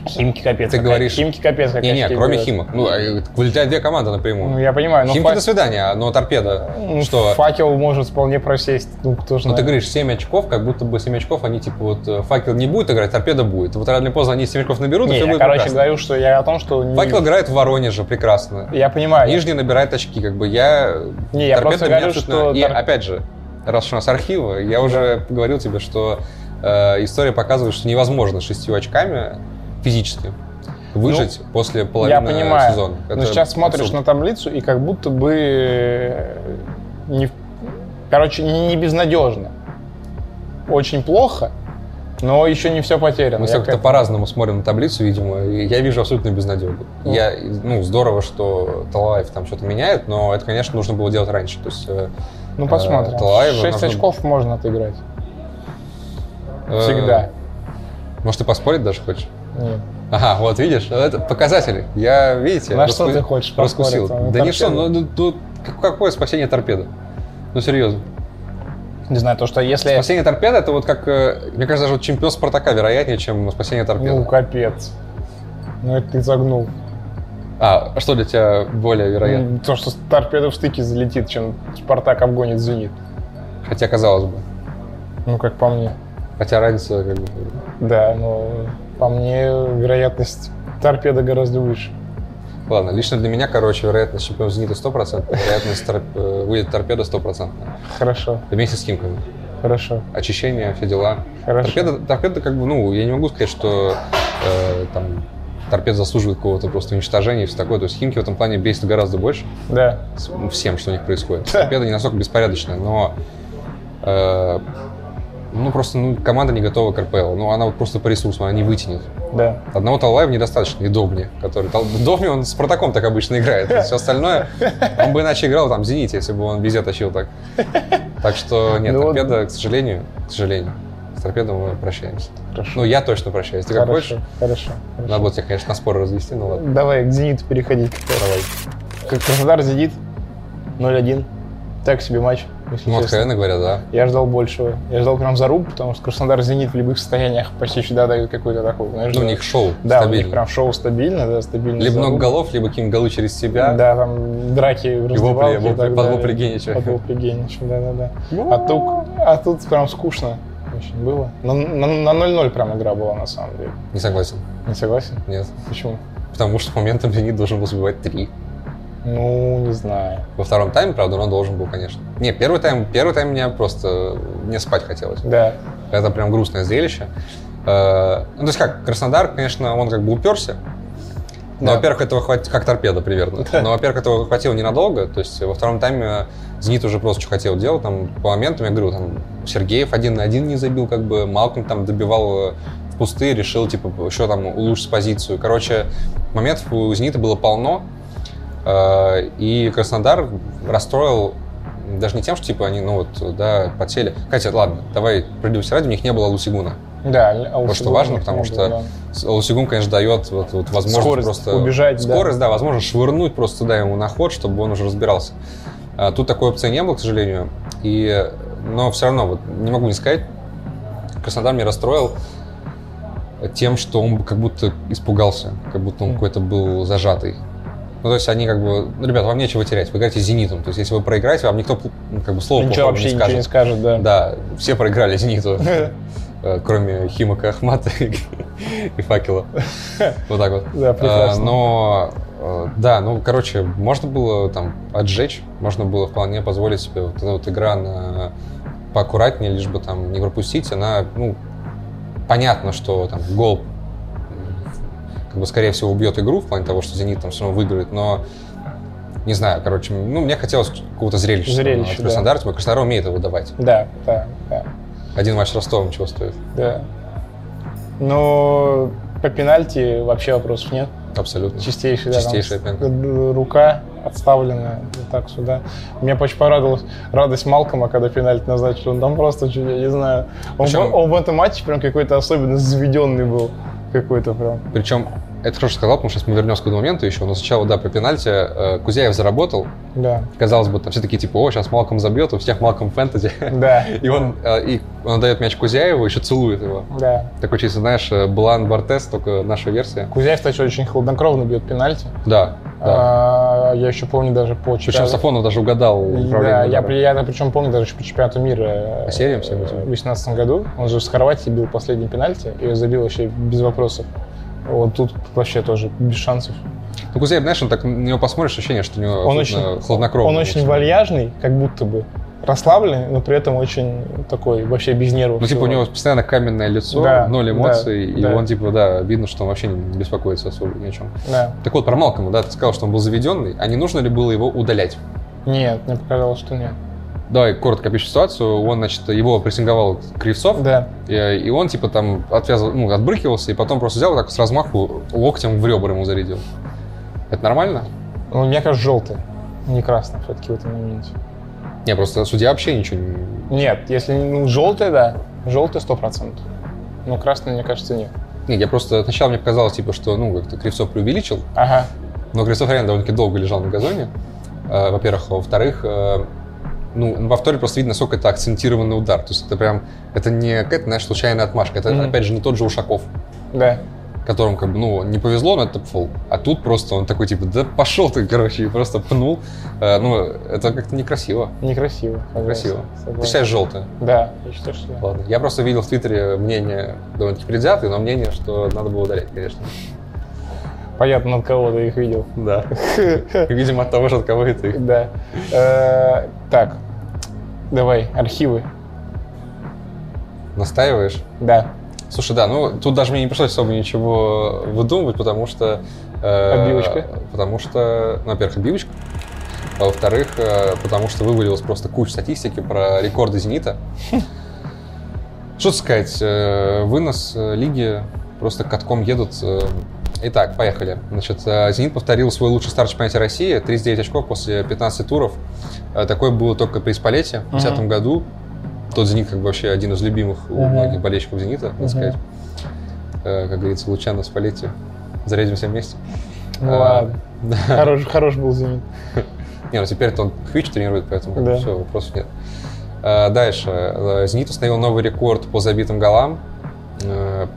[SPEAKER 1] Химки капец.
[SPEAKER 2] Ты
[SPEAKER 1] какая-
[SPEAKER 2] говоришь-
[SPEAKER 1] Химки капец. как
[SPEAKER 2] Не-не,
[SPEAKER 1] очки
[SPEAKER 2] кроме
[SPEAKER 1] берут.
[SPEAKER 2] Химок. Ну, а, э, вылетают две команды напрямую.
[SPEAKER 1] Ну, я понимаю, но
[SPEAKER 2] Химки
[SPEAKER 1] фа-
[SPEAKER 2] до свидания, но торпеда.
[SPEAKER 1] ну,
[SPEAKER 2] что?
[SPEAKER 1] факел может вполне просесть. Ну, кто
[SPEAKER 2] Ну,
[SPEAKER 1] знает.
[SPEAKER 2] ты говоришь, 7 очков, как будто бы 7 очков, они типа вот э, факел не будет играть, торпеда будет. Вот рано или поздно они 7 очков наберут, и
[SPEAKER 1] Не,
[SPEAKER 2] все
[SPEAKER 1] я,
[SPEAKER 2] будет
[SPEAKER 1] короче,
[SPEAKER 2] прекрасно.
[SPEAKER 1] говорю, что я о том, что... не-
[SPEAKER 2] Факел играет в Воронеже, прекрасно.
[SPEAKER 1] Я понимаю.
[SPEAKER 2] Нижний набирает очки, как бы я...
[SPEAKER 1] Не, я
[SPEAKER 2] торпеда
[SPEAKER 1] просто
[SPEAKER 2] меня
[SPEAKER 1] говорю,
[SPEAKER 2] абсолютно-
[SPEAKER 1] что
[SPEAKER 2] И
[SPEAKER 1] тор-
[SPEAKER 2] опять же, раз уж у нас архивы, я уже говорил тебе, что э, история показывает, что невозможно шестью очками физически выжить после половины
[SPEAKER 1] Ну, Я понимаю.
[SPEAKER 2] сезона.
[SPEAKER 1] Но Ну, сейчас смотришь на таблицу, и как будто бы... э, Не... в- Короче, не не безнадежно. очень плохо, но еще не все потеряно.
[SPEAKER 2] Мы
[SPEAKER 1] Я
[SPEAKER 2] Ну, как-то
[SPEAKER 1] как-
[SPEAKER 2] по-разному смотрим на таблицу, видимо, и я вижу абсолютно безнадегу.
[SPEAKER 1] Ну.
[SPEAKER 2] Я, ну, здорово, что Талаев там что-то меняет, но это, конечно, нужно было делать раньше. То есть, э,
[SPEAKER 1] Ну, посмотрим.
[SPEAKER 2] э, Талаева
[SPEAKER 1] 6
[SPEAKER 2] нужно-
[SPEAKER 1] очков можно отыграть.
[SPEAKER 2] э,
[SPEAKER 1] Всегда.
[SPEAKER 2] Может, ты поспорить даже хочешь?
[SPEAKER 1] Нет.
[SPEAKER 2] Ага, вот видишь, это показатели. Я, видите,
[SPEAKER 1] На что ты хочешь
[SPEAKER 2] раскусил.
[SPEAKER 1] поспорить?
[SPEAKER 2] Да
[SPEAKER 1] На
[SPEAKER 2] не что,
[SPEAKER 1] торпеду?
[SPEAKER 2] ну, ну, тут как- какое спасение торпеды? Ну, серьезно.
[SPEAKER 1] Не знаю, то, что если...
[SPEAKER 2] Спасение торпеды, это вот как, э, мне кажется, даже вот чемпион Спартака вероятнее, чем спасение торпеды.
[SPEAKER 1] Ну, капец. Ну, это ты загнул.
[SPEAKER 2] А, что для тебя более вероятно?
[SPEAKER 1] Ну, То, что торпеда в стыке залетит, чем Спартак обгонит Зенит.
[SPEAKER 2] Хотя, казалось бы.
[SPEAKER 1] Ну, как по мне.
[SPEAKER 2] Хотя разница как бы...
[SPEAKER 1] Да, но по мне вероятность торпеда гораздо выше.
[SPEAKER 2] Ладно, лично для меня, короче, вероятность чемпиона «Зенита» 100%, вероятность торп... э, вылет торпеда 100%.
[SPEAKER 1] Хорошо,
[SPEAKER 2] Вместе с Химками.
[SPEAKER 1] хорошо,
[SPEAKER 2] Очищение, все дела.
[SPEAKER 1] хорошо.
[SPEAKER 2] Торпеда, торпеда, как бы, ну, я не могу сказать, что э, там торпед заслуживает какого-то просто уничтожения и все такое. То есть Химки в этом плане бесит гораздо больше
[SPEAKER 1] Да.
[SPEAKER 2] с- Ну, всем, что у них происходит. Торпеда не настолько беспорядочная, но э, ну, просто ну, команда не готова к РПЛ. Ну, она вот просто по ресурсу, она не вытянет.
[SPEAKER 1] Да.
[SPEAKER 2] Одного Талаева недостаточно, и Добни, который... Тал- Добни, он с Протоком так обычно играет, все остальное... Он бы иначе играл там в «Зените», если бы он везде тащил так. Так что нет,
[SPEAKER 1] Ну вот.
[SPEAKER 2] торпеда, к сожалению, к сожалению, с торпедом мы прощаемся.
[SPEAKER 1] Хорошо.
[SPEAKER 2] Ну, я точно прощаюсь. Ты как
[SPEAKER 1] хорошо,
[SPEAKER 2] хочешь?
[SPEAKER 1] Хорошо. хорошо.
[SPEAKER 2] Надо было тебя, конечно, на споры развести, ну ладно.
[SPEAKER 1] Давай к Зениту переходить.
[SPEAKER 2] Давай. Ну,
[SPEAKER 1] Как Краснодар Зенит 0-1. Так себе матч. если
[SPEAKER 2] Ну,
[SPEAKER 1] честно.
[SPEAKER 2] откровенно говоря, да.
[SPEAKER 1] Я ждал большего. Я ждал прям заруб, потому что Краснодар Зенит в любых состояниях почти всегда дают какую-то такую, знаешь,
[SPEAKER 2] Ну, у
[SPEAKER 1] да.
[SPEAKER 2] них шоу
[SPEAKER 1] да, у них
[SPEAKER 2] стабильно.
[SPEAKER 1] прям шоу стабильно, да, стабильно.
[SPEAKER 2] Либо много голов, либо какие-нибудь голы через себя.
[SPEAKER 1] Да, там драки в
[SPEAKER 2] И вопли,
[SPEAKER 1] раздевалке. и
[SPEAKER 2] вопли,
[SPEAKER 1] так
[SPEAKER 2] под
[SPEAKER 1] далее.
[SPEAKER 2] вопли Генича.
[SPEAKER 1] Под вопли Генича, да-да-да. А тут, а тут прям скучно очень было. На на- на 0-0 прям игра была, на самом деле.
[SPEAKER 2] Не согласен.
[SPEAKER 1] Не согласен?
[SPEAKER 2] Нет.
[SPEAKER 1] Почему?
[SPEAKER 2] Потому что моментом Зенит должен был забивать три.
[SPEAKER 1] Ну, не знаю.
[SPEAKER 2] Во втором тайме, правда, он должен был, конечно. Не, первый тайм, первый тайм меня просто... Мне спать хотелось.
[SPEAKER 1] Да,
[SPEAKER 2] Это прям грустное зрелище. Э, Ну, то есть как, Краснодар, конечно, он как бы уперся. Но,
[SPEAKER 1] Да.
[SPEAKER 2] во-первых, этого хватит, как торпеда примерно. Но, во-первых, этого хватило ненадолго. То есть во втором тайме Зенит уже просто что хотел делать. Там по моментам, я говорю, там Сергеев один на один не забил, как бы Малком там добивал э, в пустые, решил, типа, еще там улучшить позицию. Короче, моментов у Зенита было полно. Э, И Краснодар расстроил даже не тем, что типа они, ну вот, да, потели. Хотя, ладно, давай справедливости ради, у них не было Лусигуна.
[SPEAKER 1] да. а у
[SPEAKER 2] Вот что
[SPEAKER 1] Сигуна
[SPEAKER 2] важно,
[SPEAKER 1] не
[SPEAKER 2] потому
[SPEAKER 1] было,
[SPEAKER 2] что
[SPEAKER 1] да.
[SPEAKER 2] с- Лусигун, конечно, дает вот, вот возможность
[SPEAKER 1] Скорость,
[SPEAKER 2] просто...
[SPEAKER 1] убежать, да.
[SPEAKER 2] Скорость, да. возможно, швырнуть просто да, ему на ход, чтобы он уже разбирался. А тут такой опции не было, к сожалению. И, но все равно, вот не могу не сказать, Краснодар меня расстроил тем, что он как будто испугался, как будто он какой-то был зажатый. Ну, то есть они как бы, ну, ребят, вам нечего терять, вы играете с «Зенитом». То есть если вы проиграете, вам никто ну, как бы слова
[SPEAKER 1] Ничего
[SPEAKER 2] плохого
[SPEAKER 1] вообще
[SPEAKER 2] не
[SPEAKER 1] ничего не
[SPEAKER 2] скажет.
[SPEAKER 1] скажет, да.
[SPEAKER 2] Да, все проиграли «Зениту», э, кроме Химака Ахмата и Факела. Вот так вот.
[SPEAKER 1] Да, прекрасно.
[SPEAKER 2] Э, Но, э, да, ну, короче, можно было там отжечь, можно было вполне позволить себе вот эта вот игра на поаккуратнее, лишь бы там не пропустить. Она, ну, понятно, что там гол м, как бы, скорее всего, убьет игру в плане того, что «Зенит» там все равно выиграет, но не знаю, короче, ну, мне хотелось какого-то зрелища.
[SPEAKER 1] Зрелища,
[SPEAKER 2] от
[SPEAKER 1] да.
[SPEAKER 2] Краснодара, тем более Краснодар умеет его давать.
[SPEAKER 1] Да, да, да.
[SPEAKER 2] Один матч с Ростовом чего стоит?
[SPEAKER 1] да. Но по пенальти вообще вопросов нет.
[SPEAKER 2] Абсолютно.
[SPEAKER 1] Чистейший, да. там
[SPEAKER 2] Чистейшая
[SPEAKER 1] с-
[SPEAKER 2] пенка.
[SPEAKER 1] д- рука отставленная вот так сюда. Мне очень порадовалась радость Малкома, когда пенальти назначили. Он там просто, чуть, я не знаю, он,
[SPEAKER 2] Причем-
[SPEAKER 1] он в этом матче прям какой-то особенно заведенный был. Какой-то прям.
[SPEAKER 2] Причем, это хорошо сказал, потому что сейчас мы вернемся к этому моменту еще, но сначала, да, по пенальти э, Кузяев заработал,
[SPEAKER 1] Да,
[SPEAKER 2] казалось бы, там все такие, типа, о, сейчас Малком забьет, у всех Малком фэнтези.
[SPEAKER 1] да,
[SPEAKER 2] И он, э, и он дает мяч Кузяеву, еще целует его.
[SPEAKER 1] да.
[SPEAKER 2] Такой чисто, знаешь, э, Блан Бартес, только наша версия.
[SPEAKER 1] Кузяев, кстати, очень хладнокровно бьет пенальти.
[SPEAKER 2] Да, да.
[SPEAKER 1] А, я еще помню даже по
[SPEAKER 2] Причем
[SPEAKER 1] чемпионату.
[SPEAKER 2] Сафонов даже угадал
[SPEAKER 1] Да,
[SPEAKER 2] управление.
[SPEAKER 1] я,
[SPEAKER 2] ударом.
[SPEAKER 1] при- я причем помню даже еще по чемпионату мира
[SPEAKER 2] По
[SPEAKER 1] э,
[SPEAKER 2] сериям всем этим?
[SPEAKER 1] в 2018 году. Он же с Хорватией бил последний пенальти и забил вообще без вопросов. Вот тут вообще тоже без шансов.
[SPEAKER 2] Ну, Кузяев, знаешь, он так на него посмотришь, ощущение, что у него
[SPEAKER 1] Он
[SPEAKER 2] абсолютно
[SPEAKER 1] очень-
[SPEAKER 2] хладнокровно.
[SPEAKER 1] Он очень вальяжный, как будто бы расслабленный, но при этом очень такой вообще без нервов.
[SPEAKER 2] Ну, типа, у
[SPEAKER 1] всего.
[SPEAKER 2] него постоянно каменное лицо,
[SPEAKER 1] Да,
[SPEAKER 2] ноль
[SPEAKER 1] да,
[SPEAKER 2] эмоций, и
[SPEAKER 1] да.
[SPEAKER 2] он, типа, да, видно, что он вообще не беспокоится особо ни о чем.
[SPEAKER 1] Да.
[SPEAKER 2] Так вот, про Малкома, да, ты сказал, что он был заведенный, а не нужно ли было его удалять?
[SPEAKER 1] Нет, мне показалось, что нет.
[SPEAKER 2] Давай коротко опишу ситуацию. Он, значит, его прессинговал Кривцов,
[SPEAKER 1] Да.
[SPEAKER 2] и, и он, типа, там отвязывал, ну, отбрыкивался, и потом просто взял вот так с размаху локтем в ребра ему зарядил. Это нормально?
[SPEAKER 1] Ну, мне кажется, желтый. Не красный все-таки в этом моменте.
[SPEAKER 2] Не, просто судья вообще ничего не...
[SPEAKER 1] Нет, если ну, желтый, да. Желтый 100%. Но красный, мне кажется, нет.
[SPEAKER 2] Не, я просто сначала мне показалось, типа, что, ну, как-то Кривцов преувеличил,
[SPEAKER 1] Ага.
[SPEAKER 2] но Кривцов реально довольно-таки долго лежал на газоне, э, во-первых. А Во-вторых, э, ну, во второй просто видно, насколько это акцентированный удар. То есть это прям, это не какая-то, знаешь, случайная отмашка. Это,
[SPEAKER 1] Мгм.
[SPEAKER 2] опять же, не тот же Ушаков,
[SPEAKER 1] Да.
[SPEAKER 2] которому, как бы, ну, не повезло, но это фол. А тут просто он такой, типа, да пошел ты, короче, и просто пнул. Э, ну, это как-то некрасиво.
[SPEAKER 1] Некрасиво.
[SPEAKER 2] Некрасиво.
[SPEAKER 1] согласен,
[SPEAKER 2] Ты
[SPEAKER 1] согласен.
[SPEAKER 2] считаешь желтое?
[SPEAKER 1] Да, я считаю, что да.
[SPEAKER 2] Ладно. Я просто видел в Твиттере мнение довольно-таки предвзятое, но мнение, что надо было удалять, конечно.
[SPEAKER 1] Понятно, от кого ты их видел.
[SPEAKER 2] Да. Видимо, от того же, от кого это их.
[SPEAKER 1] Да. Э, Так. Давай, архивы.
[SPEAKER 2] Настаиваешь?
[SPEAKER 1] Да.
[SPEAKER 2] Слушай, да, ну тут даже мне не пришлось особо ничего выдумывать, потому что... э,
[SPEAKER 1] Отбивочка.
[SPEAKER 2] Потому что, ну, во-первых, отбивочка. А во-вторых, э, потому что вывалилась просто куча статистики про рекорды «Зенита». Что тут сказать, э, вынос э, лиги просто катком едут. э. Итак, поехали. Значит, э, «Зенит» повторил свой лучший старт в чемпионате России. 39 очков после 15 туров. Э, Такое было только при «Спалете» в
[SPEAKER 1] Мгм.
[SPEAKER 2] 2010 году. Тот «Зенит» как бы вообще один из любимых у
[SPEAKER 1] Мгм.
[SPEAKER 2] многих болельщиков «Зенита», надо
[SPEAKER 1] Мгм.
[SPEAKER 2] сказать. Э, Как говорится, Лучано «Спалете». Зарядимся вместе.
[SPEAKER 1] Ну
[SPEAKER 2] Э,
[SPEAKER 1] ладно.
[SPEAKER 2] да.
[SPEAKER 1] Хорош, хорош был зенит.
[SPEAKER 2] Не, ну теперь-то он Хвич тренирует, поэтому
[SPEAKER 1] Да.
[SPEAKER 2] все, вопросов нет. А, Дальше. Э, Зенит установил новый рекорд по забитым голам. Э,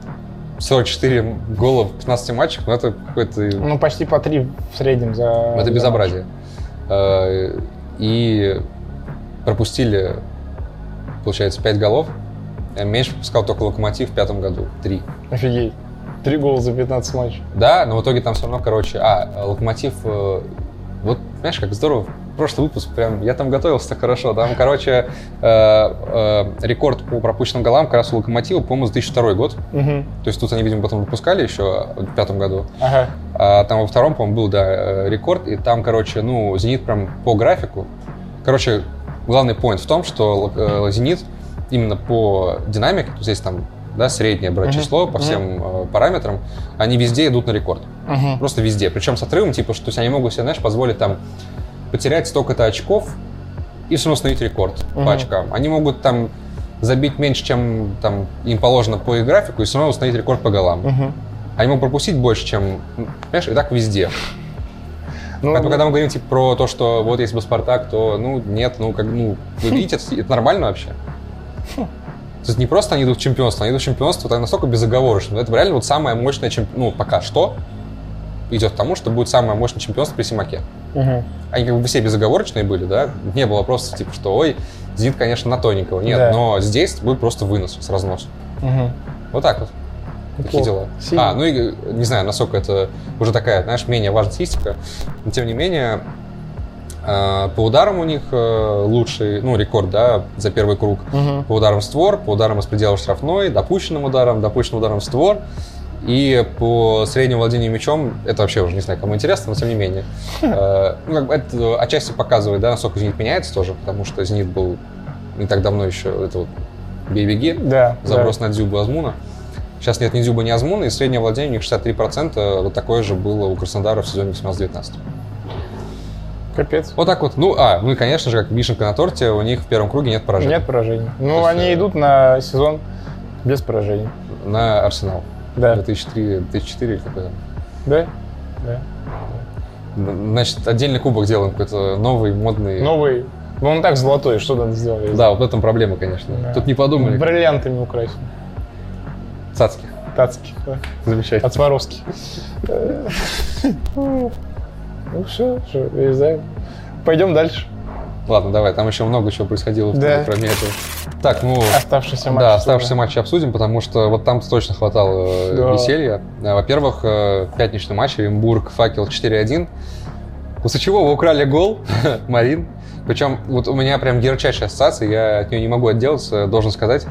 [SPEAKER 2] 44 гола в 15 матчах, но это какое-то...
[SPEAKER 1] Ну, почти по три в среднем за... за
[SPEAKER 2] это
[SPEAKER 1] матч.
[SPEAKER 2] безобразие. Э, И пропустили, получается, 5 голов. Э, Меньше пропускал только Локомотив в пятом году. Три.
[SPEAKER 1] Офигеть. Три гола за 15 матчей.
[SPEAKER 2] Да, но в итоге там все равно, короче, а, Локомотив, э, вот, знаешь, как здорово, прошлый выпуск, прям, я там готовился так хорошо, там, короче, э, э, рекорд по пропущенным голам как раз у Локомотива, по-моему, за 2002 год,
[SPEAKER 1] Угу.
[SPEAKER 2] то есть тут они, видимо, потом выпускали еще в пятом году,
[SPEAKER 1] Ага.
[SPEAKER 2] а там во втором, по-моему, был, да, э, рекорд, и там, короче, ну, «Зенит» прям по графику, короче, главный point в том, что э, «Зенит» именно по динамике, то есть если там, да, среднее брать
[SPEAKER 1] Мгм.
[SPEAKER 2] число по
[SPEAKER 1] Мгм.
[SPEAKER 2] всем э, параметрам, они везде идут на рекорд.
[SPEAKER 1] Угу.
[SPEAKER 2] Просто везде. Причем с отрывом, типа, что то есть они могут себе, знаешь, позволить там потерять столько-то очков и все равно установить рекорд
[SPEAKER 1] Мгм.
[SPEAKER 2] по очкам. Они могут там забить меньше, чем там, им положено по их графику, и все равно установить рекорд по голам.
[SPEAKER 1] Угу.
[SPEAKER 2] Они могут пропустить больше, чем, ну, понимаешь, и так везде.
[SPEAKER 1] Ну,
[SPEAKER 2] Поэтому, когда мы говорим типа, про то, что вот если бы Спартак, то ну нет, ну как ну вы видите, это, это нормально вообще. То есть не просто они идут в чемпионство, они идут в чемпионство так настолько безоговорочно. Это реально вот самое мощное чемпионство, ну пока что идет к тому, что будет самое мощное чемпионство при Симаке.
[SPEAKER 1] Мгм.
[SPEAKER 2] Они как бы все безоговорочные были, да? Не было просто типа, что ой, Зенит, конечно, на тоненького. Нет,
[SPEAKER 1] Да.
[SPEAKER 2] но здесь будет просто вынос с разноса.
[SPEAKER 1] Мгм.
[SPEAKER 2] Вот так вот. Такие
[SPEAKER 1] Неплохо.
[SPEAKER 2] дела.
[SPEAKER 1] Сильно.
[SPEAKER 2] А, ну и э, не знаю, насколько это уже такая, знаешь, менее важная статистика. Но тем не менее, э, по ударам у них э, лучший, ну, рекорд, да, за первый круг.
[SPEAKER 1] Мгм.
[SPEAKER 2] По ударам в створ, по ударам из предела штрафной, допущенным ударом, допущенным ударом в створ. И по среднему владению мячом, это вообще уже не знаю, кому интересно, но тем не менее. Э, Ну, как бы это отчасти показывает, да, насколько «Зенит» меняется тоже, потому что «Зенит» был не так давно еще, это вот «Бей-беги»,
[SPEAKER 1] Да.
[SPEAKER 2] заброс на Дзюбу и Азмуна. Сейчас нет ни Дзюба, ни Азмуна, и среднее владение у них 63%. Вот такое же было у Краснодара в сезоне 18-19.
[SPEAKER 1] да. Капец.
[SPEAKER 2] Вот так вот. Ну, а, ну и, конечно же, как вишенка на торте, у них в первом круге нет поражений.
[SPEAKER 1] Нет поражений.
[SPEAKER 2] То
[SPEAKER 1] Ну,
[SPEAKER 2] есть,
[SPEAKER 1] они
[SPEAKER 2] э,
[SPEAKER 1] идут на сезон без поражений.
[SPEAKER 2] На Арсенал.
[SPEAKER 1] Да.
[SPEAKER 2] 2003-2004 какой-то.
[SPEAKER 1] Да? Да.
[SPEAKER 2] Значит, отдельный кубок делаем какой-то новый, модный.
[SPEAKER 1] Новый. Ну, он так золотой, что надо сделать?
[SPEAKER 2] Да, вот в этом проблема, конечно.
[SPEAKER 1] Да.
[SPEAKER 2] Тут не подумали.
[SPEAKER 1] Бриллиантами украсить.
[SPEAKER 2] Цацки.
[SPEAKER 1] Тацких, да.
[SPEAKER 2] Замечательно.
[SPEAKER 1] От Сваровски. Э, Ну, все, все, вырезаем. Пойдем дальше.
[SPEAKER 2] Ладно, давай, там еще много чего происходило, в
[SPEAKER 1] Да.
[SPEAKER 2] турне, кроме этого. Так, ну...
[SPEAKER 1] Оставшийся матч.
[SPEAKER 2] Да, оставшиеся матчи обсудим, потому что вот там точно хватало э,
[SPEAKER 1] Да.
[SPEAKER 2] веселья. Э, Во-первых, э, пятничный матч Оренбург, факел 4-1. После чего вы украли гол, Марин. Причем вот у меня прям ярчайшая ассоциация, я от нее не могу отделаться, должен сказать.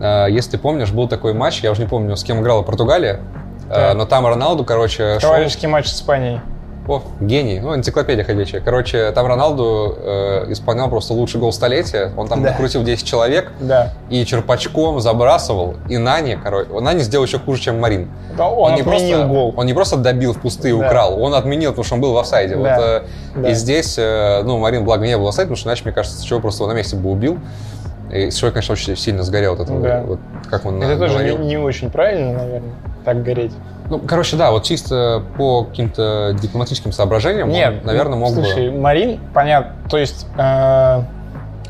[SPEAKER 2] Э, Если ты помнишь, был такой матч, я уже не помню, с кем играла Португалия, э,
[SPEAKER 1] Да.
[SPEAKER 2] но там Роналду, короче, шел-
[SPEAKER 1] Товарищеский матч с Испанией.
[SPEAKER 2] Попов, гений, ну, энциклопедия ходячая. Короче, там Роналду э, исполнял просто лучший гол столетия. Он там
[SPEAKER 1] Да.
[SPEAKER 2] накрутил 10 человек
[SPEAKER 1] Да.
[SPEAKER 2] и черпачком забрасывал. И Нани, короче, Нани сделал еще хуже, чем Марин.
[SPEAKER 1] Да, он,
[SPEAKER 2] не
[SPEAKER 1] отменил
[SPEAKER 2] просто,
[SPEAKER 1] гол.
[SPEAKER 2] Он не просто добил в пустые,
[SPEAKER 1] Да.
[SPEAKER 2] украл, он отменил, потому что он был в офсайде. Вот,
[SPEAKER 1] Да.
[SPEAKER 2] э,
[SPEAKER 1] Да.
[SPEAKER 2] И здесь, э, ну, Марин, благо, не был в офсайде, потому что иначе, мне кажется, с чего просто его на месте бы убил. И с чего, конечно, очень сильно сгорел вот это,
[SPEAKER 1] Да.
[SPEAKER 2] вот, как он
[SPEAKER 1] Это тоже
[SPEAKER 2] говорил.
[SPEAKER 1] не, не очень правильно, наверное, так гореть.
[SPEAKER 2] Ну, короче, да, вот чисто по каким-то дипломатическим соображениям, он,
[SPEAKER 1] Нет,
[SPEAKER 2] наверное, мог бы...
[SPEAKER 1] ну, слушай, Марин, понятно, то есть э,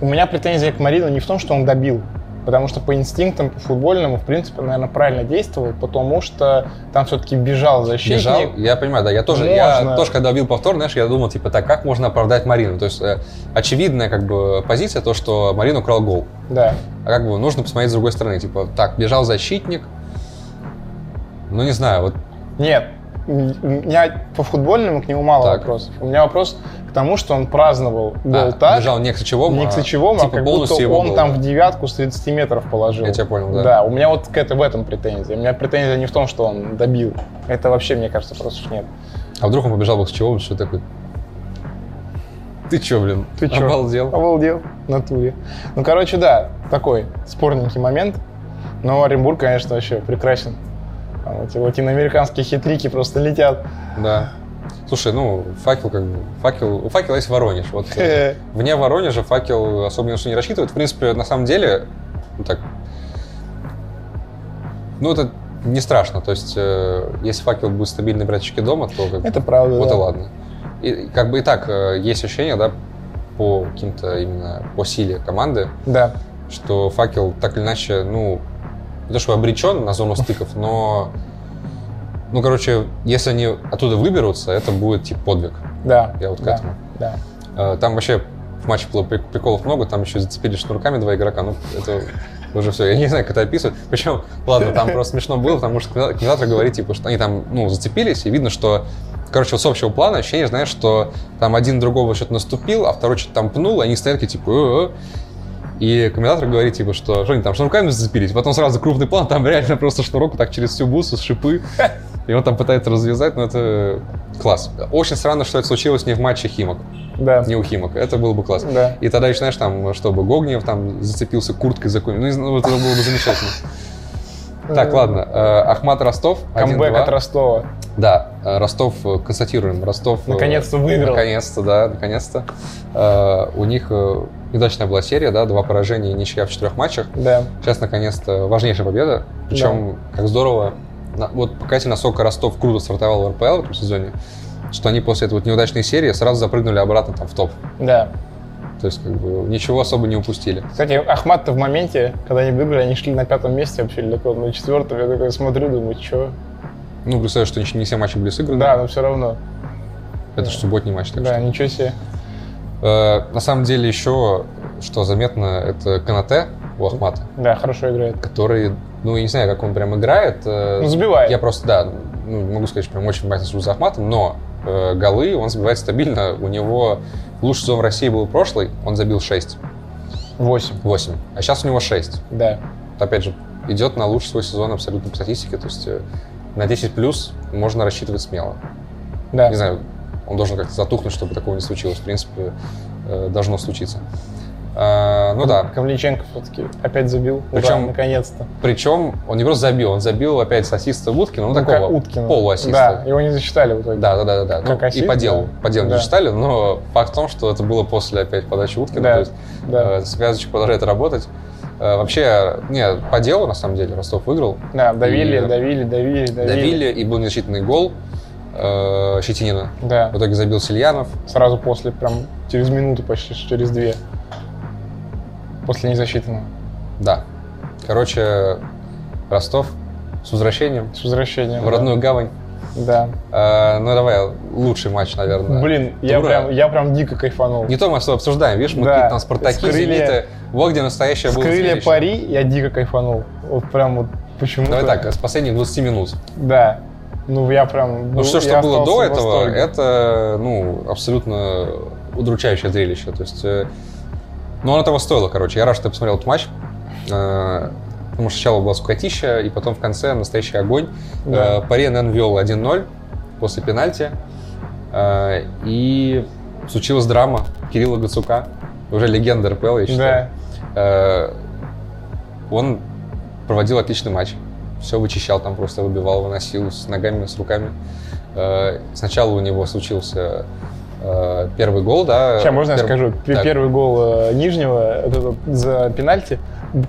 [SPEAKER 1] у меня претензия к Марину не в том, что он добил, потому что по инстинктам, по футбольному, в принципе, наверное, правильно действовал, потому что там все-таки бежал защитник.
[SPEAKER 2] Бежал, я понимаю, да, я тоже, я
[SPEAKER 1] Можно.
[SPEAKER 2] тоже, когда бил повтор, знаешь, я думал, типа, так, как можно оправдать Марину? То есть, э, очевидная, как бы, позиция, то, что Марин украл гол.
[SPEAKER 1] Да.
[SPEAKER 2] А как бы нужно посмотреть с другой стороны, типа, так, бежал защитник, ну, не знаю, вот,
[SPEAKER 1] Нет, м- у меня по футбольному к нему мало
[SPEAKER 2] Так.
[SPEAKER 1] вопросов. У меня вопрос к тому, что он праздновал гол
[SPEAKER 2] да,
[SPEAKER 1] так,
[SPEAKER 2] бежал не к сочевому,
[SPEAKER 1] не к
[SPEAKER 2] а,
[SPEAKER 1] сочевому, а
[SPEAKER 2] типа,
[SPEAKER 1] как
[SPEAKER 2] полностью
[SPEAKER 1] будто
[SPEAKER 2] его
[SPEAKER 1] он
[SPEAKER 2] гол.
[SPEAKER 1] там в девятку с 30 метров положил.
[SPEAKER 2] Я тебя понял, да.
[SPEAKER 1] Да, у меня вот к это, в этом претензия. У меня претензия не в том, что он добил. Это вообще, мне кажется, просто нет.
[SPEAKER 2] А вдруг он побежал бы к сочевому, что такой, ты чё, блин,
[SPEAKER 1] Ты чё?
[SPEAKER 2] обалдел?
[SPEAKER 1] Обалдел, в натуре. Ну, короче, да, такой спорненький момент. Но Оренбург, конечно, вообще прекрасен. Там эти латиноамериканские хитрики просто летят.
[SPEAKER 2] Да. Слушай, ну, факел как бы... Факел, у факела есть Воронеж. Вот э,
[SPEAKER 1] Э.
[SPEAKER 2] вне Воронежа факел особо ни на что не рассчитывает. В принципе, на самом деле, ну так... Ну, это не страшно. То есть, э, если факел будет стабильный брать очки дома, то как бы
[SPEAKER 1] Это правда,
[SPEAKER 2] вот
[SPEAKER 1] да.
[SPEAKER 2] и ладно. И как бы и так э, есть ощущение, да, по каким-то именно по силе команды,
[SPEAKER 1] Да,
[SPEAKER 2] что факел так или иначе, ну, не то что обречен на зону стыков, но, ну, короче, если они оттуда выберутся, это будет типа подвиг.
[SPEAKER 1] да.
[SPEAKER 2] Я вот к
[SPEAKER 1] да,
[SPEAKER 2] этому.
[SPEAKER 1] Да.
[SPEAKER 2] Э, Там вообще в матче было прик- приколов много, там еще зацепили шнурками два игрока, ну, это уже все, я не знаю, как это описывать. Причем, ладно, там просто смешно было, потому что комментатор- комментатор говорит, типа, что они там, ну, зацепились, и видно, что Короче, вот с общего плана ощущение, знаешь, что там один другого что-то наступил, а второй что-то там пнул, и они стоят такие, типа, «Э-э». и комментатор говорит, типа, что, что они там шнурками зацепились, потом сразу крупный план, там реально просто шнурок вот так через всю бусу, с шипы, и он там пытается развязать, но это класс. Очень странно, что это случилось не в матче Химок
[SPEAKER 1] Да.
[SPEAKER 2] не у Химок. Это было бы классно.
[SPEAKER 1] Да.
[SPEAKER 2] И тогда еще, знаешь, там, чтобы Гогнев там зацепился курткой за какую-нибудь. Ну, не знаю, вот это было бы замечательно. Так,
[SPEAKER 1] Э,
[SPEAKER 2] ладно. Э, Ахмат Ростов. 1-2.
[SPEAKER 1] Камбэк от Ростова.
[SPEAKER 2] Да, э, Ростов, э, констатируем, Ростов... э,
[SPEAKER 1] Наконец-то выиграл.
[SPEAKER 2] Наконец-то, да, наконец-то. Э, У них э, неудачная была серия, да, два поражения и ничья в четырех матчах.
[SPEAKER 1] Да.
[SPEAKER 2] Сейчас, наконец-то, важнейшая победа. Причем, как здорово, на- вот показатель, насколько Ростов круто стартовал в РПЛ в этом сезоне, что они после этой вот неудачной серии сразу запрыгнули обратно там в топ.
[SPEAKER 1] Да.
[SPEAKER 2] То есть, как бы, ничего особо не упустили.
[SPEAKER 1] Кстати, Ахмат-то в моменте, когда они выиграли, они шли на пятом месте вообще, или на каком, на четвертом. Я такой смотрю, думаю, что?
[SPEAKER 2] Ну, представляю, что еще не все матчи были сыграны.
[SPEAKER 1] Да, но все равно.
[SPEAKER 2] Это же субботний матч, так
[SPEAKER 1] Да,
[SPEAKER 2] что.
[SPEAKER 1] ничего себе.
[SPEAKER 2] Э, на самом деле, еще, что заметно, это Канате у Ахмата,
[SPEAKER 1] Да, хорошо играет.
[SPEAKER 2] который, ну, я не знаю, как он прям играет. э,
[SPEAKER 1] Ну, забивает.
[SPEAKER 2] Я просто, да, ну, не могу сказать, что прям очень внимательно слежу за Ахматом, но э, голы он забивает стабильно. У него лучший сезон в России был прошлый, он забил 6,
[SPEAKER 1] Восемь.
[SPEAKER 2] 8. А сейчас у него 6.
[SPEAKER 1] Да.
[SPEAKER 2] опять же, идет на лучший свой сезон абсолютно по статистике. То есть э, на 10 плюс можно рассчитывать смело.
[SPEAKER 1] Да.
[SPEAKER 2] Не знаю, он должен как-то затухнуть, чтобы такого не случилось. В принципе, э, должно случиться. А, ну да.
[SPEAKER 1] Ковличенко все-таки опять забил. Ура,
[SPEAKER 2] Причем-
[SPEAKER 1] наконец-то.
[SPEAKER 2] Причем он не просто забил, он забил опять с ассиста Уткина, ну,
[SPEAKER 1] Ну,
[SPEAKER 2] такого
[SPEAKER 1] как Уткина.
[SPEAKER 2] полуассиста.
[SPEAKER 1] Да, его не засчитали в итоге.
[SPEAKER 2] Да, да, да, да. да. Ну,
[SPEAKER 1] Как
[SPEAKER 2] и
[SPEAKER 1] ассист,
[SPEAKER 2] по делу.
[SPEAKER 1] да.
[SPEAKER 2] По делу
[SPEAKER 1] Да.
[SPEAKER 2] не читали, но факт в том, что это было после опять подачи Уткина.
[SPEAKER 1] Да,
[SPEAKER 2] То есть
[SPEAKER 1] да.
[SPEAKER 2] э, связочек продолжает работать. Э, вообще, не, по делу, на самом деле, Ростов выиграл.
[SPEAKER 1] Да, давили,
[SPEAKER 2] И-
[SPEAKER 1] давили, давили, давили.
[SPEAKER 2] Давили, и был незащитный гол э, Щетинина.
[SPEAKER 1] Да.
[SPEAKER 2] В итоге забил Сильянов.
[SPEAKER 1] Сразу после, прям через минуту почти, через две. После незасчитанного.
[SPEAKER 2] Да. Короче, Ростов с возвращением
[SPEAKER 1] С возвращением.
[SPEAKER 2] в родную гавань.
[SPEAKER 1] Да.
[SPEAKER 2] Э, ну, давай, лучший матч, наверное.
[SPEAKER 1] Блин, я
[SPEAKER 2] Тура.
[SPEAKER 1] прям, я прям дико кайфанул.
[SPEAKER 2] Не то мы что обсуждаем, видишь, мы
[SPEAKER 1] Да.
[SPEAKER 2] какие-то там Спартаки,
[SPEAKER 1] Скрылья-
[SPEAKER 2] Зениты. Вот где настоящее
[SPEAKER 1] С
[SPEAKER 2] было
[SPEAKER 1] крылья
[SPEAKER 2] зрелище.
[SPEAKER 1] пари ну я дико кайфанул. Вот прям вот почему-то.
[SPEAKER 2] Давай так, с последних 20 минут.
[SPEAKER 1] Да. Ну, я прям...
[SPEAKER 2] Ну,
[SPEAKER 1] был-
[SPEAKER 2] все, что
[SPEAKER 1] я
[SPEAKER 2] было
[SPEAKER 1] остался
[SPEAKER 2] до
[SPEAKER 1] в
[SPEAKER 2] этого,
[SPEAKER 1] восторге.
[SPEAKER 2] это, ну, абсолютно удручающее зрелище. То есть, э, ну, оно того стоило, короче. Я рад, что я посмотрел этот матч. Э, Потому что сначала была скукотища, и потом в конце настоящий огонь.
[SPEAKER 1] Да.
[SPEAKER 2] Э, Паре, наверное, вел 1-0 после пенальти. Э, И случилась драма Кирилла Гацука, уже легенда РПЛ, я считаю. Э, Он проводил отличный матч. Все вычищал там, просто выбивал, выносил с ногами, с руками. Э, Сначала у него случился э, первый гол, да.
[SPEAKER 1] Сейчас можно я
[SPEAKER 2] Перв-
[SPEAKER 1] скажу? Пе-
[SPEAKER 2] Так.
[SPEAKER 1] Первый гол э, Нижнего вот этот за пенальти,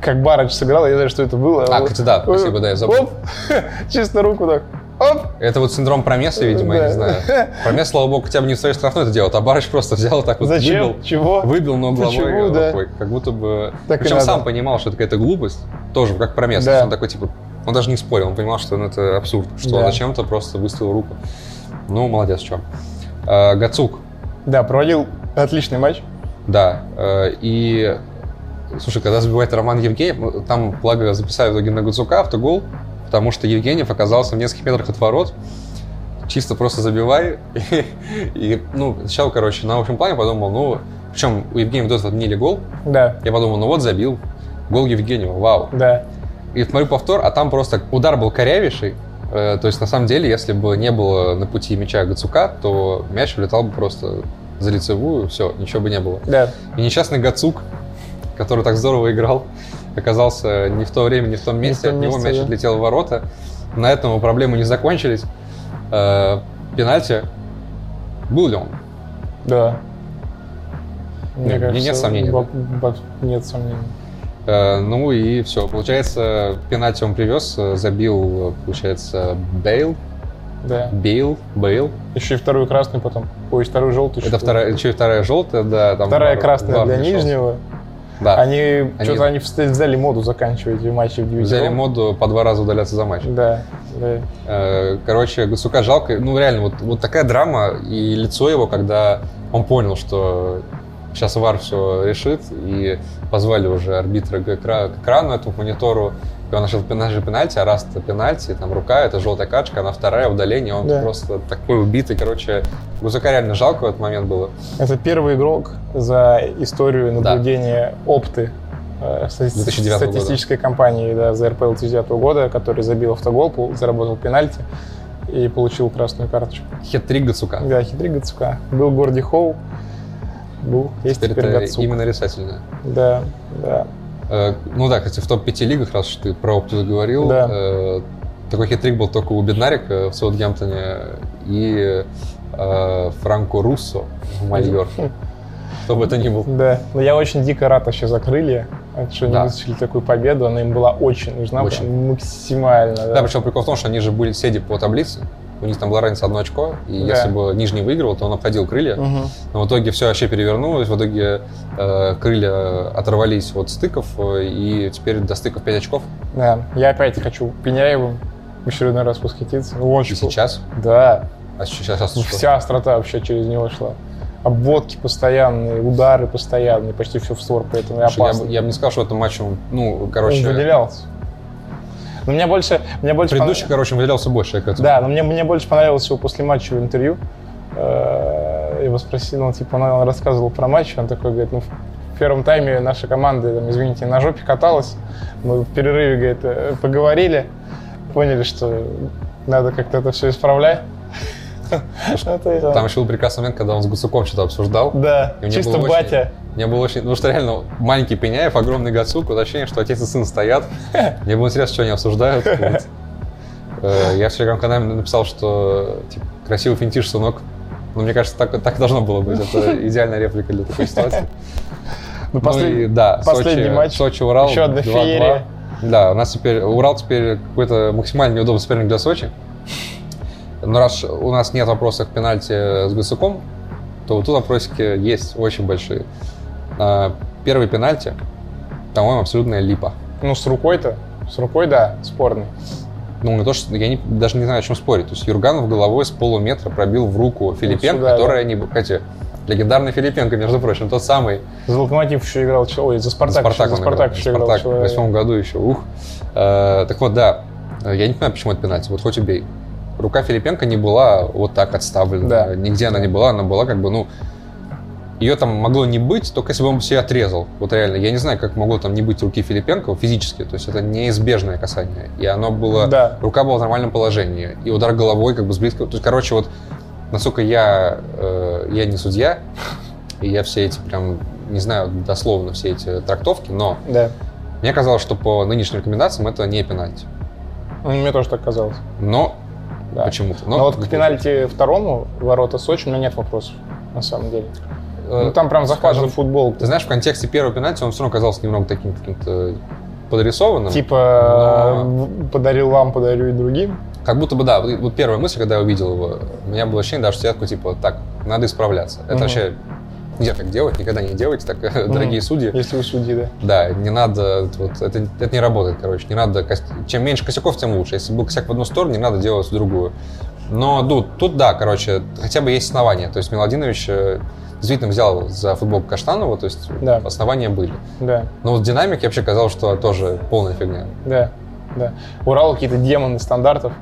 [SPEAKER 1] как Барыч сыграл, я не знаю, что это было.
[SPEAKER 2] А, кстати, да,
[SPEAKER 1] Э,
[SPEAKER 2] спасибо, да, я забыл.
[SPEAKER 1] Оп, чисто руку так. Оп,
[SPEAKER 2] Это вот синдром промеса, видимо, я
[SPEAKER 1] Да.
[SPEAKER 2] не знаю. Промес, слава богу, хотя бы не в своей штрафной это делает, а Барыч просто взял и так вот
[SPEAKER 1] зачем?
[SPEAKER 2] выбил.
[SPEAKER 1] Чего?
[SPEAKER 2] Выбил, но
[SPEAKER 1] Ты
[SPEAKER 2] головой
[SPEAKER 1] чего, да.
[SPEAKER 2] рукой. Как будто бы...
[SPEAKER 1] Так и
[SPEAKER 2] Причем
[SPEAKER 1] надо.
[SPEAKER 2] сам понимал, что это какая-то глупость. Тоже как промес.
[SPEAKER 1] Да.
[SPEAKER 2] То есть Он такой, типа... Он даже не спорил, он понимал, что ну, это абсурд. Что он
[SPEAKER 1] Да.
[SPEAKER 2] зачем-то просто выставил руку. Ну, молодец, чё. А, Гацук,
[SPEAKER 1] Да, провалил отличный матч.
[SPEAKER 2] да. э, И... Слушай, когда забивает Роман Евгений, ну, там, благо, записали в итоге на Гацука автогол, потому что Евгеньев оказался в нескольких метрах от ворот. Чисто просто забивай. И, и, ну, сначала, короче, на общем плане подумал, ну... Причем у Евгения вот этот отменили гол,
[SPEAKER 1] Да,
[SPEAKER 2] я подумал, ну вот забил. Гол Евгеньева, вау.
[SPEAKER 1] да.
[SPEAKER 2] И смотрю повтор, а там просто удар был корявейший. Э, То есть, на самом деле, если бы не было на пути мяча Гацука, то мяч влетал бы просто за лицевую, все, ничего бы не было.
[SPEAKER 1] Да,
[SPEAKER 2] И несчастный Гацук, который так здорово играл, оказался не в то время, не в том месте,
[SPEAKER 1] том
[SPEAKER 2] от него
[SPEAKER 1] месте,
[SPEAKER 2] мяч
[SPEAKER 1] да.
[SPEAKER 2] отлетел в ворота. На этом его проблемы не закончились. Э, Пенальти. Был ли он?
[SPEAKER 1] да.
[SPEAKER 2] Нет, мне нет сомнений, да?
[SPEAKER 1] бо- бо- Нет сомнений.
[SPEAKER 2] Э, Ну и все. Получается, пенальти он привез, э, забил, э, получается, Бейл.
[SPEAKER 1] Да.
[SPEAKER 2] Бейл, Бейл.
[SPEAKER 1] Еще и вторую красную потом. Ой, вторую желтую.
[SPEAKER 2] Это
[SPEAKER 1] еще.
[SPEAKER 2] вторая, еще и вторая желтая, да. Там
[SPEAKER 1] Вторая
[SPEAKER 2] Бар-
[SPEAKER 1] красная
[SPEAKER 2] Бар
[SPEAKER 1] для
[SPEAKER 2] пришел.
[SPEAKER 1] Нижнего.
[SPEAKER 2] Да.
[SPEAKER 1] Они, что-то они
[SPEAKER 2] они-
[SPEAKER 1] вста- взяли моду заканчивать в матче в девяти.
[SPEAKER 2] Взяли моду по два раза удаляться за матч.
[SPEAKER 1] Да, да.
[SPEAKER 2] Э, Короче, Гацука жалко. Ну, реально, вот, вот такая драма и лицо его, когда он понял, что сейчас ВАР все решит, и позвали уже арбитра к, экра- к экрану, этому монитору, и он начал пенальти, пенальти, а раз это пенальти, там рука, это желтая качка, она вторая, удаление, он
[SPEAKER 1] Да.
[SPEAKER 2] просто такой убитый, короче, Гацука реально жалко в этот момент было.
[SPEAKER 1] Это первый игрок за историю
[SPEAKER 2] Да.
[SPEAKER 1] наблюдения опты э, стати-
[SPEAKER 2] 2009 года.
[SPEAKER 1] статистической компании да, за РПЛ 2009 года, который забил автогол, пол- заработал пенальти и получил красную карточку.
[SPEAKER 2] Хет-трик Гацука.
[SPEAKER 1] Да, хитрый Гацука. Был Горди Хоу, был, есть
[SPEAKER 2] Теперь
[SPEAKER 1] теперь,
[SPEAKER 2] это
[SPEAKER 1] Гацук.
[SPEAKER 2] именно рисательное.
[SPEAKER 1] Да, да.
[SPEAKER 2] Э, Ну да, кстати, в топ-5 лигах, раз уж ты про опту заговорил,
[SPEAKER 1] Да.
[SPEAKER 2] э, такой хитрик был только у Беднарика в Саутгемптоне и э, Франко Руссо в Мальорке. Кто бы это ни был.
[SPEAKER 1] Да, но я очень дико рад вообще за крылья, что они
[SPEAKER 2] Да.
[SPEAKER 1] вытащили такую победу, она им была очень нужна,
[SPEAKER 2] Очень.
[SPEAKER 1] прям максимально. Да.
[SPEAKER 2] Да, причем прикол в том, что они же были седи по таблице, у них там была разница одно очко, и
[SPEAKER 1] Да.
[SPEAKER 2] если бы Нижний выиграл, то он обходил крылья.
[SPEAKER 1] Мгм.
[SPEAKER 2] Но в итоге все вообще перевернулось. В итоге э, крылья оторвались от стыков, э, и теперь до стыков 5 очков.
[SPEAKER 1] Да, я опять хочу Пеняевым в очередной раз восхититься. Ну, он
[SPEAKER 2] И
[SPEAKER 1] же-
[SPEAKER 2] сейчас.
[SPEAKER 1] Да,
[SPEAKER 2] А сейчас, сейчас
[SPEAKER 1] Ну, вся острота вообще через него шла. Обводки постоянные, удары постоянные, почти все в створ, поэтому и
[SPEAKER 2] Слушай,
[SPEAKER 1] опасно.
[SPEAKER 2] Я, бы- я бы не сказал, что это матч, он, ну, короче,
[SPEAKER 1] Он выделялся. Но мне больше, мне больше
[SPEAKER 2] предыдущий,
[SPEAKER 1] понрав-
[SPEAKER 2] короче, выделялся больше. я к этому.
[SPEAKER 1] Да, но мне, мне больше понравилось его после матча в интервью. Э, Его спросили, он типа, он, он рассказывал про матч, он такой говорит, ну, в первом тайме наша команда, там, извините, на жопе каталась, мы в перерыве, говорит, э, поговорили, поняли, что надо как-то это все исправлять. Ну, то есть он-
[SPEAKER 2] Там еще был прекрасный момент, когда он с Гуцуком что-то обсуждал.
[SPEAKER 1] Да,
[SPEAKER 2] И мне
[SPEAKER 1] чисто
[SPEAKER 2] было очень-
[SPEAKER 1] батя.
[SPEAKER 2] Мне было очень... Потому что реально маленький Пеняев, огромный Гацук, вот ощущение, что отец и сын стоят. Мне было интересно, что они обсуждают. Вот. Э, Я в телеграм-канале написал, что типа, красивый финтиш, сынок. Ну, мне кажется, так, так и должно было быть. Это идеальная реплика для такой ситуации.
[SPEAKER 1] Ну,
[SPEAKER 2] Ну
[SPEAKER 1] послед-
[SPEAKER 2] и да,
[SPEAKER 1] последний
[SPEAKER 2] Сочи,
[SPEAKER 1] матч.
[SPEAKER 2] Сочи, Урал.
[SPEAKER 1] Еще одна
[SPEAKER 2] 2:2.
[SPEAKER 1] феерия.
[SPEAKER 2] Да, у нас теперь Урал теперь какой-то максимально неудобный соперник для Сочи. Но раз у нас нет вопросов к пенальти с Гусаком, то вот тут вопросики есть очень большие. А, Первый пенальти, по-моему, абсолютная липа.
[SPEAKER 1] Ну, с рукой-то. С рукой, да, спорный.
[SPEAKER 2] Ну, не то, что я не- даже не знаю, о чем спорить. То есть Юрганов головой с полуметра пробил в руку Филипенко,
[SPEAKER 1] Ну, сюда, да.
[SPEAKER 2] которая не... б- Кстати, легендарный Филипенко, между прочим, тот самый,
[SPEAKER 1] За локомотив еще играл человек. Ой, за Спартак, еще, за
[SPEAKER 2] он играл.
[SPEAKER 1] Спартак еще играл
[SPEAKER 2] Спартак в
[SPEAKER 1] человек.
[SPEAKER 2] восьмом году еще. Ух. Э, так вот, да. Я не понимаю, почему это пенальти. Вот хоть убей. Рука Филипенко не была вот так отставлена.
[SPEAKER 1] Да.
[SPEAKER 2] Нигде она не была. Она была как бы, ну... Ее там могло не быть, только если бы он себе отрезал. Вот реально. Я не знаю, как могло там не быть руки Филипенко физически. То есть это неизбежное касание. И оно было...
[SPEAKER 1] Да.
[SPEAKER 2] Рука была в нормальном положении. И удар головой как бы с близкого- То есть, короче, вот насколько я, э, я не судья, и я все эти прям, не знаю дословно все эти трактовки, но
[SPEAKER 1] Да.
[SPEAKER 2] мне казалось, что по нынешним рекомендациям это не пенальти.
[SPEAKER 1] Ну, Мне тоже так казалось.
[SPEAKER 2] Но
[SPEAKER 1] Да.
[SPEAKER 2] почему-то.
[SPEAKER 1] Но, Ну, вот к пенальти второму ворота Сочи у меня нет вопросов, на самом деле.
[SPEAKER 2] э,
[SPEAKER 1] ну, там прям захвачен
[SPEAKER 2] скажем,
[SPEAKER 1] футбол.
[SPEAKER 2] Ты знаешь, в контексте первого пенальти он все равно казался немного таким каким-то подрисованным.
[SPEAKER 1] Типа,
[SPEAKER 2] Но-
[SPEAKER 1] э, подарил вам, подарю и другим.
[SPEAKER 2] Как будто бы, да, вот- вот первая мысль, когда я увидел его, у меня было ощущение, да, что я такой, типа, так, надо исправляться. Это
[SPEAKER 1] Мгм.
[SPEAKER 2] вообще нельзя так делать, никогда не делайте так, дорогие судьи.
[SPEAKER 1] Если вы судьи, да.
[SPEAKER 2] Да, не надо, вот, это, это не работает, короче, не надо, кос- чем меньше косяков, тем лучше. Если был косяк в одну сторону, не надо делать в другую. Но тут, тут да, короче, хотя бы есть основания. То есть Миладинович э, действительно взял за футболку Каштанова, то есть
[SPEAKER 1] Да.
[SPEAKER 2] основания были.
[SPEAKER 1] Да,
[SPEAKER 2] Но вот динамик, я вообще казалось, что тоже полная фигня.
[SPEAKER 1] да, да. Урал какие-то демоны стандартов.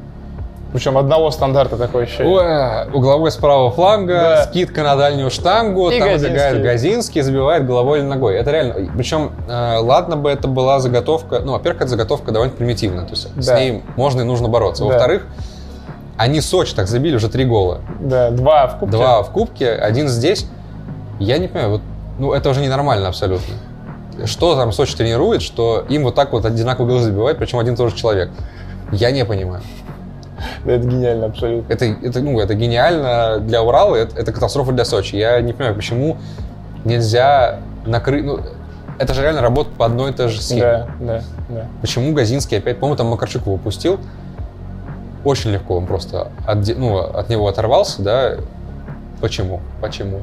[SPEAKER 1] Причем одного стандарта такое ощущение.
[SPEAKER 2] Уэ, Э, угловой с правого фланга,
[SPEAKER 1] Да.
[SPEAKER 2] скидка на дальнюю штангу,
[SPEAKER 1] И
[SPEAKER 2] там
[SPEAKER 1] Газинский.
[SPEAKER 2] забегает Газинский, забивает головой или ногой. Это реально. Причем, э, ладно бы это была заготовка. Ну, во-первых, это заготовка довольно примитивная. То есть с
[SPEAKER 1] Да.
[SPEAKER 2] ней можно и нужно бороться.
[SPEAKER 1] Да.
[SPEAKER 2] Во-вторых, они Сочи так забили уже три гола.
[SPEAKER 1] Да, два в кубке.
[SPEAKER 2] Два в кубке, один здесь. Я не понимаю, вот, ну это уже ненормально абсолютно. Что там Сочи тренирует, что им вот так вот одинаково голы забивают, причем один и тот же человек. Я не понимаю.
[SPEAKER 1] Да, это гениально абсолютно.
[SPEAKER 2] Это, это, ну, это гениально для Урала, это, это катастрофа для Сочи. Я не понимаю, почему нельзя накрыть... Ну, это же реально работа по одной и той же схеме.
[SPEAKER 1] Да, да, да.
[SPEAKER 2] Почему Газинский опять, по-моему, там Макарчук его упустил. Очень легко он просто от, де- ну, от него оторвался, да. Почему? Почему?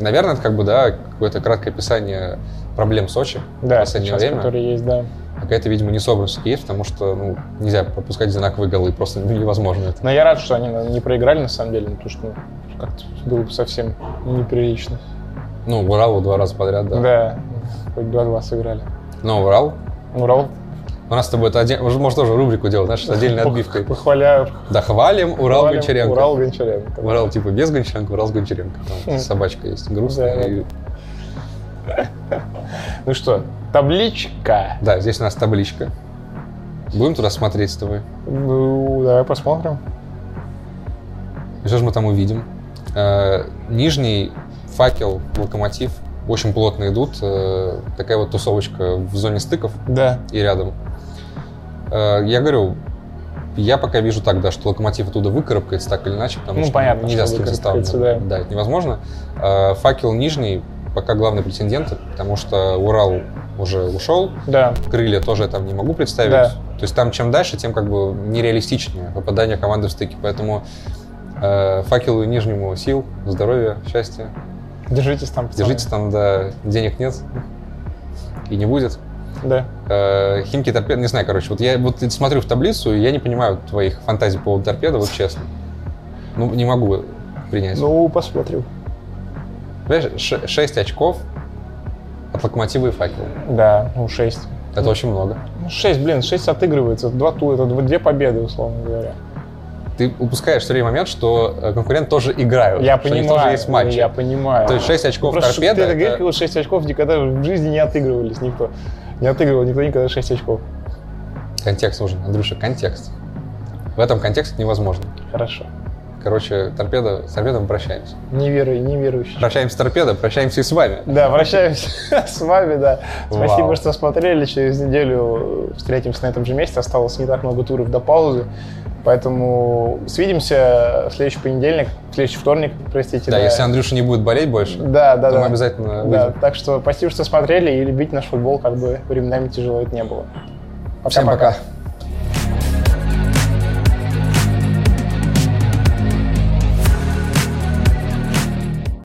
[SPEAKER 2] Наверное, это как бы, да, какое-то краткое описание проблем Сочи в
[SPEAKER 1] Да,
[SPEAKER 2] последнее
[SPEAKER 1] сейчас,
[SPEAKER 2] время.
[SPEAKER 1] которые есть, да.
[SPEAKER 2] А Какая-то, видимо, несобранность есть, потому что, ну, нельзя пропускать одинаковые голы, просто невозможно это.
[SPEAKER 1] Но я рад, что они наверное, не проиграли, на самом деле, ну, потому что ну, как-то было бы совсем неприлично.
[SPEAKER 2] Ну, Уралу два раза подряд, да.
[SPEAKER 1] Да, хоть 2-2 сыграли.
[SPEAKER 2] Но Урал.
[SPEAKER 1] Урал,
[SPEAKER 2] У нас с тобой это отдельно, может, тоже рубрику делать, знаешь, с отдельной отбивкой.
[SPEAKER 1] похваляю.
[SPEAKER 2] Да, хвалим, Урал
[SPEAKER 1] Хвалим.
[SPEAKER 2] Гончаренко.
[SPEAKER 1] Урал Гончаренко.
[SPEAKER 2] Урал, типа без Гончаренко, Урал с Гончаренко. Там
[SPEAKER 1] М.
[SPEAKER 2] собачка есть
[SPEAKER 1] Да.
[SPEAKER 2] грустная. и-
[SPEAKER 1] Ну что, табличка.
[SPEAKER 2] Да, здесь у нас табличка. Будем туда смотреть с тобой.
[SPEAKER 1] Ну, давай посмотрим.
[SPEAKER 2] И Что же мы там увидим? Э, Нижний факел, локомотив очень плотно идут. Э, Такая вот тусовочка в зоне стыков.
[SPEAKER 1] Да.
[SPEAKER 2] и рядом. Э, Я говорю, я пока вижу так, да, что локомотив оттуда выкарабкается так или иначе, потому
[SPEAKER 1] Ну,
[SPEAKER 2] что
[SPEAKER 1] понятно,
[SPEAKER 2] нельзя
[SPEAKER 1] что
[SPEAKER 2] с таким составом.
[SPEAKER 1] выкарабкается, да.
[SPEAKER 2] это невозможно. Э, Факел нижний пока главный претендент, потому что Урал уже ушел,
[SPEAKER 1] Да.
[SPEAKER 2] крылья тоже я там не могу представить.
[SPEAKER 1] Да.
[SPEAKER 2] То есть там чем дальше, тем как бы нереалистичнее попадание команды в стыки. Поэтому э, факелу нижнему сил, здоровья, счастья.
[SPEAKER 1] Держитесь там, пацаны.
[SPEAKER 2] Держитесь там, да, денег нет и не будет.
[SPEAKER 1] Да.
[SPEAKER 2] Э, Химки торпеды, не знаю, короче, вот я вот смотрю в таблицу, и я не понимаю твоих фантазий по поводу торпеды, вот честно. Ну, не могу принять.
[SPEAKER 1] Ну, посмотрю.
[SPEAKER 2] Понимаешь, 6 очков от локомотива и факела.
[SPEAKER 1] Да, ну, шесть.
[SPEAKER 2] Это очень много.
[SPEAKER 1] Ну, шесть, блин, шесть отыгрывается. Два тура, это дв- две победы, условно говоря.
[SPEAKER 2] Ты упускаешь все время момент, что э, конкурент тоже играют.
[SPEAKER 1] Я
[SPEAKER 2] что у них
[SPEAKER 1] понимаю.
[SPEAKER 2] тоже есть матчи.
[SPEAKER 1] Я понимаю.
[SPEAKER 2] То есть 6 очков
[SPEAKER 1] Просто чтобы
[SPEAKER 2] торпеды.
[SPEAKER 1] ты это говоришь,
[SPEAKER 2] это-
[SPEAKER 1] как будто шесть очков никогда в жизни не отыгрывались никто. Не отыгрывал никто никогда шесть очков.
[SPEAKER 2] Контекст нужен, Андрюша, контекст. В этом контексте невозможно.
[SPEAKER 1] Хорошо.
[SPEAKER 2] Короче, торпеда, с торпедом прощаемся.
[SPEAKER 1] Неверующий, неверующий.
[SPEAKER 2] Прощаемся с торпедой, прощаемся и с вами.
[SPEAKER 1] Да, прощаюсь с вами, да. Спасибо,
[SPEAKER 2] Вау.
[SPEAKER 1] что смотрели. Через неделю встретимся на этом же месте. Осталось не так много туров до паузы. Поэтому свидимся в следующий понедельник, в следующий вторник, простите.
[SPEAKER 2] Да, если Андрюша не будет болеть больше,
[SPEAKER 1] Да, да,
[SPEAKER 2] то
[SPEAKER 1] да.
[SPEAKER 2] мы обязательно
[SPEAKER 1] Да,
[SPEAKER 2] выйдем.
[SPEAKER 1] так что спасибо, что смотрели, и любить наш футбол, как бы временами тяжело это не было.
[SPEAKER 2] Всем пока.
[SPEAKER 1] Пока-пока.